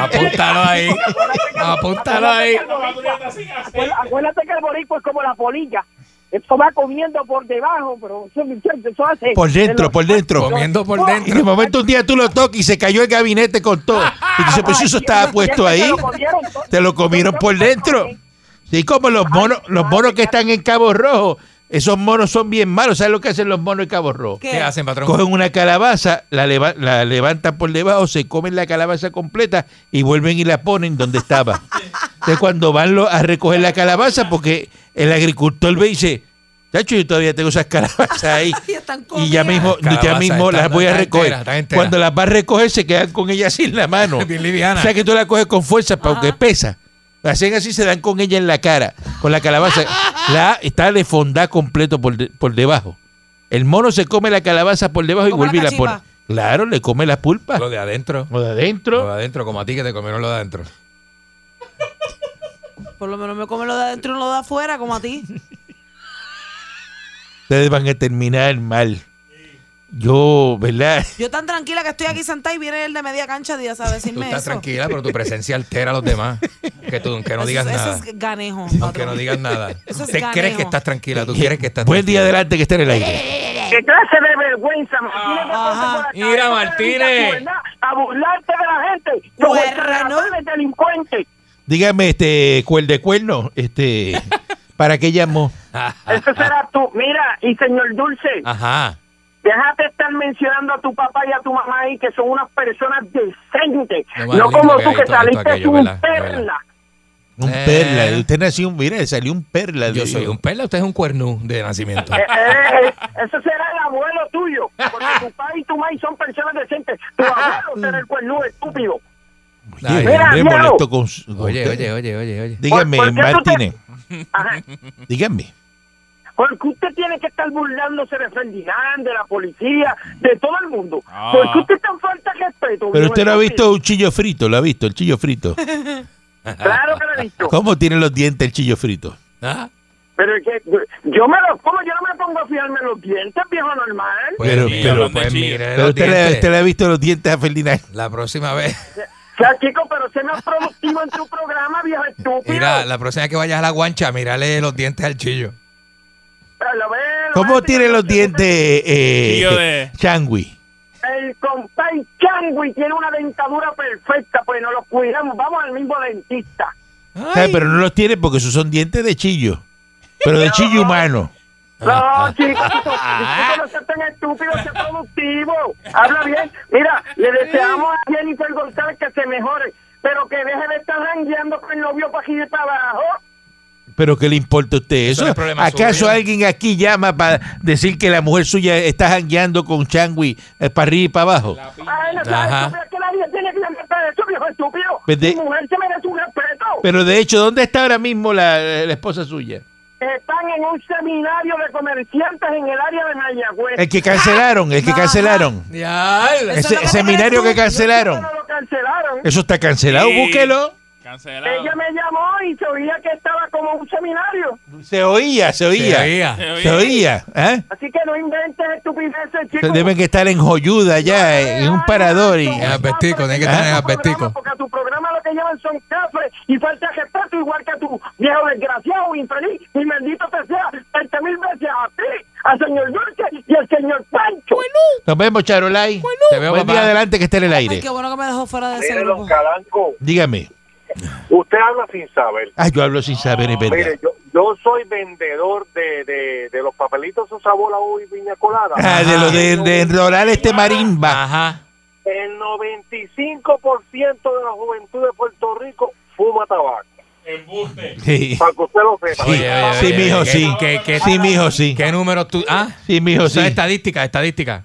[SPEAKER 4] Apúntalo ahí. Apúntalo ahí.
[SPEAKER 9] Acuérdate, acuérdate que el boricua es como la polilla. Esto va comiendo por debajo, pero eso,
[SPEAKER 3] [laughs]
[SPEAKER 9] eso hace...
[SPEAKER 3] Por dentro, por dentro. [laughs]
[SPEAKER 4] Comiendo por
[SPEAKER 3] Y de
[SPEAKER 4] dentro.
[SPEAKER 3] momento un día tú lo tocas y se cayó el gabinete con todo. Y dice, pues eso estaba puesto ahí. Te lo comieron por dentro. Sí, como los monos, los monos que están en Cabo Rojo. Esos monos son bien malos. ¿Sabes lo que hacen los monos en Cabo Rojo?
[SPEAKER 4] ¿Qué hacen, patrón?
[SPEAKER 3] Cogen una calabaza, la, leva- la levantan por debajo, se comen la calabaza completa y vuelven y la ponen donde estaba. Entonces cuando van lo- a recoger la calabaza, porque el agricultor ve y dice, Chacho, yo todavía tengo esas calabazas ahí.
[SPEAKER 5] Y están
[SPEAKER 3] Y ya
[SPEAKER 5] comidas.
[SPEAKER 3] mismo,
[SPEAKER 4] Calabazas
[SPEAKER 3] ya mismo
[SPEAKER 4] están-
[SPEAKER 3] las voy a
[SPEAKER 4] están
[SPEAKER 3] recoger.
[SPEAKER 4] enteras, están enteras.
[SPEAKER 3] Cuando las vas a recoger, se quedan con ellas sin la mano.
[SPEAKER 4] [laughs] Bien liviana.
[SPEAKER 3] O sea que tú la coges con fuerza para que pesa. Hacen así, se dan con ella en la cara, con la
[SPEAKER 5] [laughs]
[SPEAKER 3] calabaza. La está de fondá completo por, de- por debajo. El mono se come la calabaza por debajo y
[SPEAKER 5] Como la
[SPEAKER 3] vuelve y la
[SPEAKER 5] cachiva.
[SPEAKER 3] pone. Claro, le come la pulpa.
[SPEAKER 4] Lo de adentro.
[SPEAKER 3] O de
[SPEAKER 4] Lo de
[SPEAKER 3] adentro.
[SPEAKER 4] adentro, como a ti que te comieron lo de adentro.
[SPEAKER 5] Por lo menos me comen lo de adentro y no lo de afuera, como a ti.
[SPEAKER 3] Ustedes van a terminar mal. Yo, ¿verdad?
[SPEAKER 5] Yo tan tranquila que estoy aquí sentada y viene el de media cancha día a
[SPEAKER 4] Tú
[SPEAKER 5] decirme
[SPEAKER 4] estás
[SPEAKER 5] eso.
[SPEAKER 4] tranquila, pero tu presencia altera a los demás. Que tú, aunque no
[SPEAKER 5] Eso
[SPEAKER 4] digas
[SPEAKER 5] es-
[SPEAKER 4] nada.
[SPEAKER 5] Eso es ganejo.
[SPEAKER 4] Aunque no digas nada.
[SPEAKER 5] Eso es
[SPEAKER 4] Te crees
[SPEAKER 5] ganejo.
[SPEAKER 4] que estás tranquila, tú crees que estás
[SPEAKER 3] Buen día
[SPEAKER 4] tranquila.
[SPEAKER 3] adelante que está en el aire.
[SPEAKER 9] [laughs] ¡Qué clase de vergüenza! Martínez, te
[SPEAKER 3] Ah.
[SPEAKER 5] Ajá.
[SPEAKER 9] ponte por
[SPEAKER 4] Mira,
[SPEAKER 9] la cabeza de la
[SPEAKER 4] Martínez.
[SPEAKER 9] verdad, A burlarte de la gente. Los
[SPEAKER 5] Puerra, ¿no?
[SPEAKER 9] delincuentes.
[SPEAKER 5] [laughs]
[SPEAKER 3] Dígame, este, cuel de cuerno, este, ¿Para qué llamó? Ah,
[SPEAKER 9] Eso será tú. Mira, y señor Dulce,
[SPEAKER 4] Ajá.
[SPEAKER 9] déjate estar mencionando a tu papá y a tu mamá ahí, que son unas personas decentes.
[SPEAKER 4] Lo
[SPEAKER 9] No,
[SPEAKER 4] más lindo
[SPEAKER 9] como
[SPEAKER 4] que
[SPEAKER 9] tú
[SPEAKER 4] hay, todo
[SPEAKER 9] que
[SPEAKER 4] esto,
[SPEAKER 9] saliste
[SPEAKER 4] aquello,
[SPEAKER 9] un
[SPEAKER 4] ¿verdad?
[SPEAKER 9] perla.
[SPEAKER 3] Un
[SPEAKER 4] Eh.
[SPEAKER 3] perla. Usted nació, un- mira, salió un perla.
[SPEAKER 4] Yo
[SPEAKER 3] de-
[SPEAKER 4] soy un perla, usted es un cuernú de nacimiento.
[SPEAKER 9] Eh, eh, eh, eso será el abuelo tuyo, porque tu padre y tu madre son personas decentes. Tu abuelo será el cuernudo estúpido.
[SPEAKER 3] Dios,
[SPEAKER 4] Ay,
[SPEAKER 9] Mira,
[SPEAKER 3] hombre,
[SPEAKER 9] Diego.
[SPEAKER 3] molesto con, su- con
[SPEAKER 4] Oye,
[SPEAKER 3] usted.
[SPEAKER 4] oye, oye, oye, oye.
[SPEAKER 3] Dígame,
[SPEAKER 9] ¿Por- por qué tú te-
[SPEAKER 3] Martínez.
[SPEAKER 9] Ajá.
[SPEAKER 3] Dígame.
[SPEAKER 9] Porque usted tiene que estar burlándose de Ferdinand, de la policía, de todo el mundo.
[SPEAKER 6] Ah.
[SPEAKER 9] Porque usted tan falta de respeto.
[SPEAKER 3] Pero
[SPEAKER 9] viejo
[SPEAKER 3] usted lo ha visto
[SPEAKER 9] estúpido.
[SPEAKER 3] un chillo frito, lo ha visto, el chillo
[SPEAKER 9] [laughs]
[SPEAKER 3] frito.
[SPEAKER 9] Claro
[SPEAKER 10] [laughs]
[SPEAKER 9] que lo he visto.
[SPEAKER 3] ¿Cómo tiene los dientes el chillo frito?
[SPEAKER 4] Ah,
[SPEAKER 9] Pero es que yo me lo como, yo no me pongo a fiarme los dientes, viejo normal.
[SPEAKER 4] pues
[SPEAKER 3] Pero-
[SPEAKER 4] mira,
[SPEAKER 3] pero-
[SPEAKER 4] pues
[SPEAKER 6] Chile.
[SPEAKER 4] mire
[SPEAKER 3] Pero
[SPEAKER 4] los
[SPEAKER 3] usted, le,
[SPEAKER 4] dientes.
[SPEAKER 3] usted le ha visto los dientes a Ferdinand.
[SPEAKER 4] La próxima vez, [laughs]
[SPEAKER 9] O sea, chico, pero sé más productivo en tu programa, viejo estúpido.
[SPEAKER 4] mira, la próxima vez que vayas a la guancha, mírale los dientes al chillo.
[SPEAKER 9] Pero lo ve, lo
[SPEAKER 3] ¿Cómo
[SPEAKER 9] ve,
[SPEAKER 3] tiene
[SPEAKER 9] tío,
[SPEAKER 3] los dientes eh,
[SPEAKER 6] Chillo de-
[SPEAKER 3] eh, Changui?
[SPEAKER 9] El compay Changui tiene una dentadura perfecta, pues nos los cuidamos, vamos al mismo dentista.
[SPEAKER 3] ¿Sabe? Pero no los tiene porque esos son dientes de chillo. Pero de chillo humano. [laughs]
[SPEAKER 9] No, chicos, no seas tan estúpido, sé productivo. Habla bien. Mira, le deseamos a Jennifer González que se mejore, pero que deje de estar rangueando con el novio para aquí y para abajo.
[SPEAKER 3] ¿Pero qué le importa a usted
[SPEAKER 4] Eso
[SPEAKER 3] eso?
[SPEAKER 4] no es problema
[SPEAKER 3] ¿Acaso
[SPEAKER 4] suyo.
[SPEAKER 3] alguien aquí llama para decir que la mujer suya está jangueando con Changui eh, para arriba y para abajo?
[SPEAKER 9] Ay, no
[SPEAKER 4] Ajá.
[SPEAKER 9] sabes, estúpido, es que nadie tiene que lamentar eso, viejo estúpido.
[SPEAKER 3] Pues de-
[SPEAKER 9] Mi mujer se merece un respeto.
[SPEAKER 3] Pero de hecho, ¿dónde está ahora mismo la, la esposa suya?
[SPEAKER 9] Están en un seminario de comerciantes en el área de Mayagüez.
[SPEAKER 3] El que cancelaron, el que
[SPEAKER 5] Ajá.
[SPEAKER 3] cancelaron.
[SPEAKER 5] Eso
[SPEAKER 3] Ese
[SPEAKER 5] es lo que
[SPEAKER 3] seminario que
[SPEAKER 5] crees tú.
[SPEAKER 3] cancelaron.
[SPEAKER 9] No lo cancelaron.
[SPEAKER 3] Eso está cancelado,
[SPEAKER 6] Sí.
[SPEAKER 3] búsquelo.
[SPEAKER 6] Cancelado.
[SPEAKER 9] Ella me llamó y se oía que estaba como en un seminario.
[SPEAKER 3] Se oía, se
[SPEAKER 4] Se
[SPEAKER 3] oía.
[SPEAKER 4] oía.
[SPEAKER 3] Se oía, ¿eh?
[SPEAKER 9] Así que no inventes estupideces, chicos.
[SPEAKER 3] Deben que estar en joyuda ya, eh, en un parador. Y,
[SPEAKER 4] En Albertico, tiene que estar en
[SPEAKER 9] Ah.
[SPEAKER 4] eh, Albertico.
[SPEAKER 9] Porque a tu programa lo que llevan son cafres y falta de respeto, igual que a tu viejo desgraciado, infeliz, y bendito te sea, 20 mil veces a ti, al señor Dulce y al señor Pancho.
[SPEAKER 3] nos vemos, Charolay.
[SPEAKER 4] Te veo,
[SPEAKER 3] Buen día
[SPEAKER 4] papá.
[SPEAKER 3] adelante que esté en el
[SPEAKER 5] Ay,
[SPEAKER 3] aire.
[SPEAKER 5] qué bueno que me dejó fuera de ese
[SPEAKER 10] Mire,
[SPEAKER 5] grupo.
[SPEAKER 10] don Calanco,
[SPEAKER 3] Dígame.
[SPEAKER 10] usted habla sin saber.
[SPEAKER 3] Ah, yo hablo sin saber, es verdad.
[SPEAKER 10] Mire, yo, yo soy vendedor de, de, de los papelitos de sabola y piña colada.
[SPEAKER 3] Ah, de lo de, de enrolar este marimba.
[SPEAKER 4] Ajá.
[SPEAKER 10] El 95% de la juventud de Puerto Rico fuma tabaco.
[SPEAKER 3] Sí,
[SPEAKER 10] Para que usted lo sepa.
[SPEAKER 3] sí,
[SPEAKER 4] Oye, oye,
[SPEAKER 3] sí,
[SPEAKER 4] oye,
[SPEAKER 3] mijo,
[SPEAKER 4] ¿qué-
[SPEAKER 3] sí.
[SPEAKER 4] qué- qué-
[SPEAKER 3] Sí, mijo, sí.
[SPEAKER 4] ¿Qué número tú? Ah,
[SPEAKER 3] Sí, mijo, sí.
[SPEAKER 4] son estadísticas, estadísticas.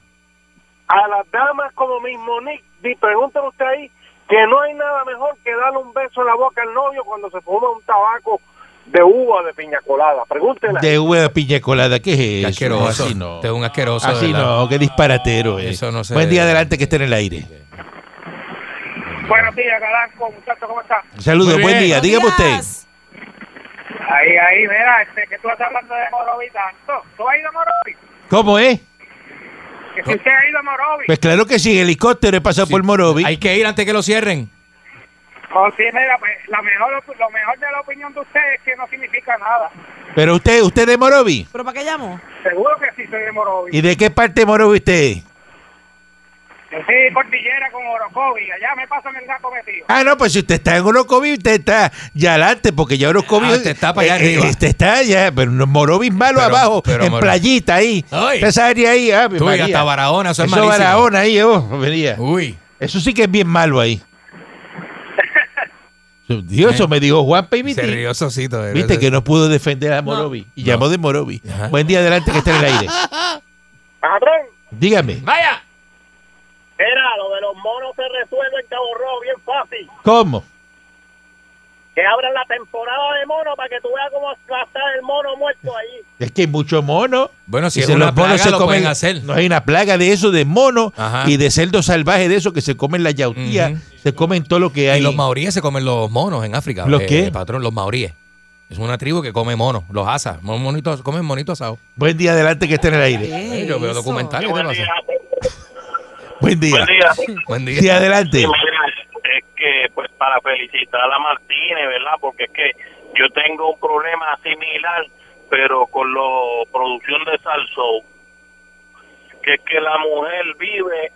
[SPEAKER 10] A las damas como mismo Nick, di- pregúntale usted ahí que no hay nada mejor que darle un beso en la boca al novio cuando se fuma un tabaco de uva de piña colada. Pregúntela.
[SPEAKER 3] De hueva piña colada, ¿qué
[SPEAKER 4] Qué
[SPEAKER 3] es eso?
[SPEAKER 4] asqueroso.
[SPEAKER 3] Así no.
[SPEAKER 4] Usted es un asqueroso. de
[SPEAKER 3] Así
[SPEAKER 4] verdad.
[SPEAKER 3] no, qué disparatero es.
[SPEAKER 4] Eso no se
[SPEAKER 3] Buen día
[SPEAKER 4] debe.
[SPEAKER 3] adelante que esté en el aire.
[SPEAKER 10] Buenos días, Calanco, muchachos, ¿cómo está?
[SPEAKER 3] Saludos,
[SPEAKER 4] Muy
[SPEAKER 3] buen
[SPEAKER 4] bien.
[SPEAKER 3] día.
[SPEAKER 5] Buenos
[SPEAKER 3] Dígame usted.
[SPEAKER 5] días.
[SPEAKER 10] Ahí, ahí, mira, este, que tú estás hablando de Morovi tanto. ¿Tú has ido a Morovi?
[SPEAKER 3] ¿Cómo es?
[SPEAKER 10] Que si usted ha ido a Morovi.
[SPEAKER 3] Pues claro que sí, helicóptero he pasado
[SPEAKER 4] Sí.
[SPEAKER 3] por Morovi.
[SPEAKER 4] Hay que ir antes que lo cierren.
[SPEAKER 10] O sí, mira, pues la mejor, lo mejor de la opinión de usted es que no significa nada.
[SPEAKER 3] Pero usted, usted es de Morovi.
[SPEAKER 5] ¿Pero para qué llamó?
[SPEAKER 10] Seguro que sí soy de Morovi.
[SPEAKER 3] ¿Y de qué parte de Morovi usted es?
[SPEAKER 10] Yo soy cordillera con Orocovi. Allá me pasan el gato metido.
[SPEAKER 3] Ah, no, pues si usted está en Orocovi, usted está ya adelante, porque ya Orocovi.
[SPEAKER 4] Ah, usted está para allá arriba.
[SPEAKER 3] eh, Usted está ya, pero no, Morovi es malo
[SPEAKER 4] Pero-
[SPEAKER 3] abajo,
[SPEAKER 4] pero
[SPEAKER 3] en
[SPEAKER 4] Moro-
[SPEAKER 3] playita ahí.
[SPEAKER 4] Ay.
[SPEAKER 3] Esa área ahí, ah, mi
[SPEAKER 4] Tú, y
[SPEAKER 3] María.
[SPEAKER 4] hasta Barahona, eso es
[SPEAKER 3] Eso
[SPEAKER 4] malísimo. Uh.
[SPEAKER 3] Barahona ahí, oh, María.
[SPEAKER 4] Uy.
[SPEAKER 3] Eso sí que es bien malo
[SPEAKER 4] [laughs]
[SPEAKER 3] ahí. Dios, eso me dijo Juan
[SPEAKER 4] Eh. Se
[SPEAKER 3] Paimiti.
[SPEAKER 4] rió Sosito. de
[SPEAKER 3] Viste
[SPEAKER 4] verdad.
[SPEAKER 3] que no pudo defender a Morovi. Y llamó de Morovi.
[SPEAKER 4] Ajá.
[SPEAKER 3] Buen día adelante que está en el
[SPEAKER 4] [laughs]
[SPEAKER 3] aire.
[SPEAKER 9] Patrón,
[SPEAKER 3] Dígame,
[SPEAKER 4] ¡Vaya!
[SPEAKER 9] era lo de los monos se resuelve en Cabo Rojo bien fácil.
[SPEAKER 3] ¿cómo?
[SPEAKER 9] Que abran la temporada de mono para que tú veas cómo va a estar el mono muerto ahí.
[SPEAKER 3] Es que hay mucho mono.
[SPEAKER 4] Bueno, si
[SPEAKER 3] Y
[SPEAKER 4] es
[SPEAKER 3] se-
[SPEAKER 4] una
[SPEAKER 3] los monos
[SPEAKER 4] plaga,
[SPEAKER 3] se
[SPEAKER 4] lo
[SPEAKER 3] comen-
[SPEAKER 4] pueden hacer.
[SPEAKER 3] No hay una plaga de eso, de mono
[SPEAKER 4] Ajá.
[SPEAKER 3] y de cerdo salvaje de eso que se comen la yautía,
[SPEAKER 4] Ujú.
[SPEAKER 3] se comen todo lo que hay.
[SPEAKER 4] Y los maoríes se comen los monos en África.
[SPEAKER 3] ¿Los
[SPEAKER 4] eh,
[SPEAKER 3] qué?
[SPEAKER 4] Patrón, los maoríes. Es una tribu que come monos, los asas. Mon- monitos- comen monitos asados.
[SPEAKER 3] Buen día adelante que esté en el aire.
[SPEAKER 5] ¿Qué
[SPEAKER 4] Eh,
[SPEAKER 5] es
[SPEAKER 4] Yo veo
[SPEAKER 5] eso?
[SPEAKER 4] documentales. ¿qué te pasa?
[SPEAKER 3] Buen día.
[SPEAKER 4] Buen día.
[SPEAKER 3] Sí, adelante.
[SPEAKER 10] es que, pues, para felicitar a Martínez, ¿verdad? Porque es que yo tengo un problema similar, pero con la producción de salso. Que es que la mujer vive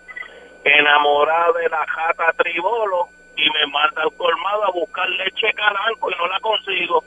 [SPEAKER 10] enamorada de la jata tribolo y me manda al colmado a buscar leche calanco y no la consigo.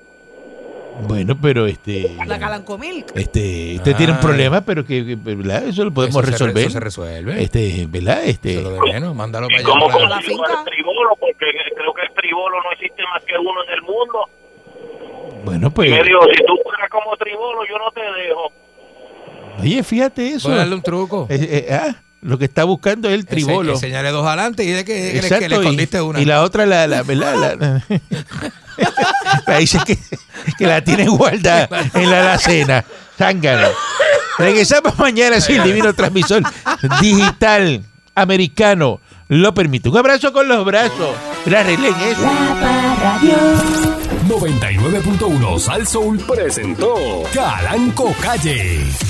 [SPEAKER 3] Bueno, pero este.
[SPEAKER 5] La calancomil.
[SPEAKER 3] Este, usted
[SPEAKER 4] Ah.
[SPEAKER 3] tiene un problema, pero que, que, ¿verdad? Eso lo podemos
[SPEAKER 4] Eso se re-
[SPEAKER 3] resolver.
[SPEAKER 4] eso se resuelve.
[SPEAKER 3] Este, ¿verdad? Este,
[SPEAKER 4] Eso es lo de menos, mándalo para allá.
[SPEAKER 10] ¿Cómo
[SPEAKER 4] para-
[SPEAKER 10] consigo al tribolo? Porque creo que el tribolo no existe más que uno en el mundo.
[SPEAKER 3] bueno,
[SPEAKER 10] Y
[SPEAKER 3] pues.
[SPEAKER 10] me dijo, si tú fueras como tribolo, yo no te dejo.
[SPEAKER 3] Oye, fíjate eso.
[SPEAKER 4] Voy a darle un truco.
[SPEAKER 3] Eh, eh, ah, lo que está buscando es el tribolo.
[SPEAKER 4] Ense- enseñale dos adelante y de que, de que le- que le
[SPEAKER 3] Exacto, y-
[SPEAKER 4] escondiste una.
[SPEAKER 3] Y la otra, la, la ¿verdad? La, [laughs] la dice que, que la tiene guardada en la alacena. Zángano. Regresamos mañana sin divino transmisor digital americano. Lo permite. Un abrazo con los brazos. La arreglen eso.
[SPEAKER 2] Radio.
[SPEAKER 1] 99.1 Sal Soul presentó Calanco Calle.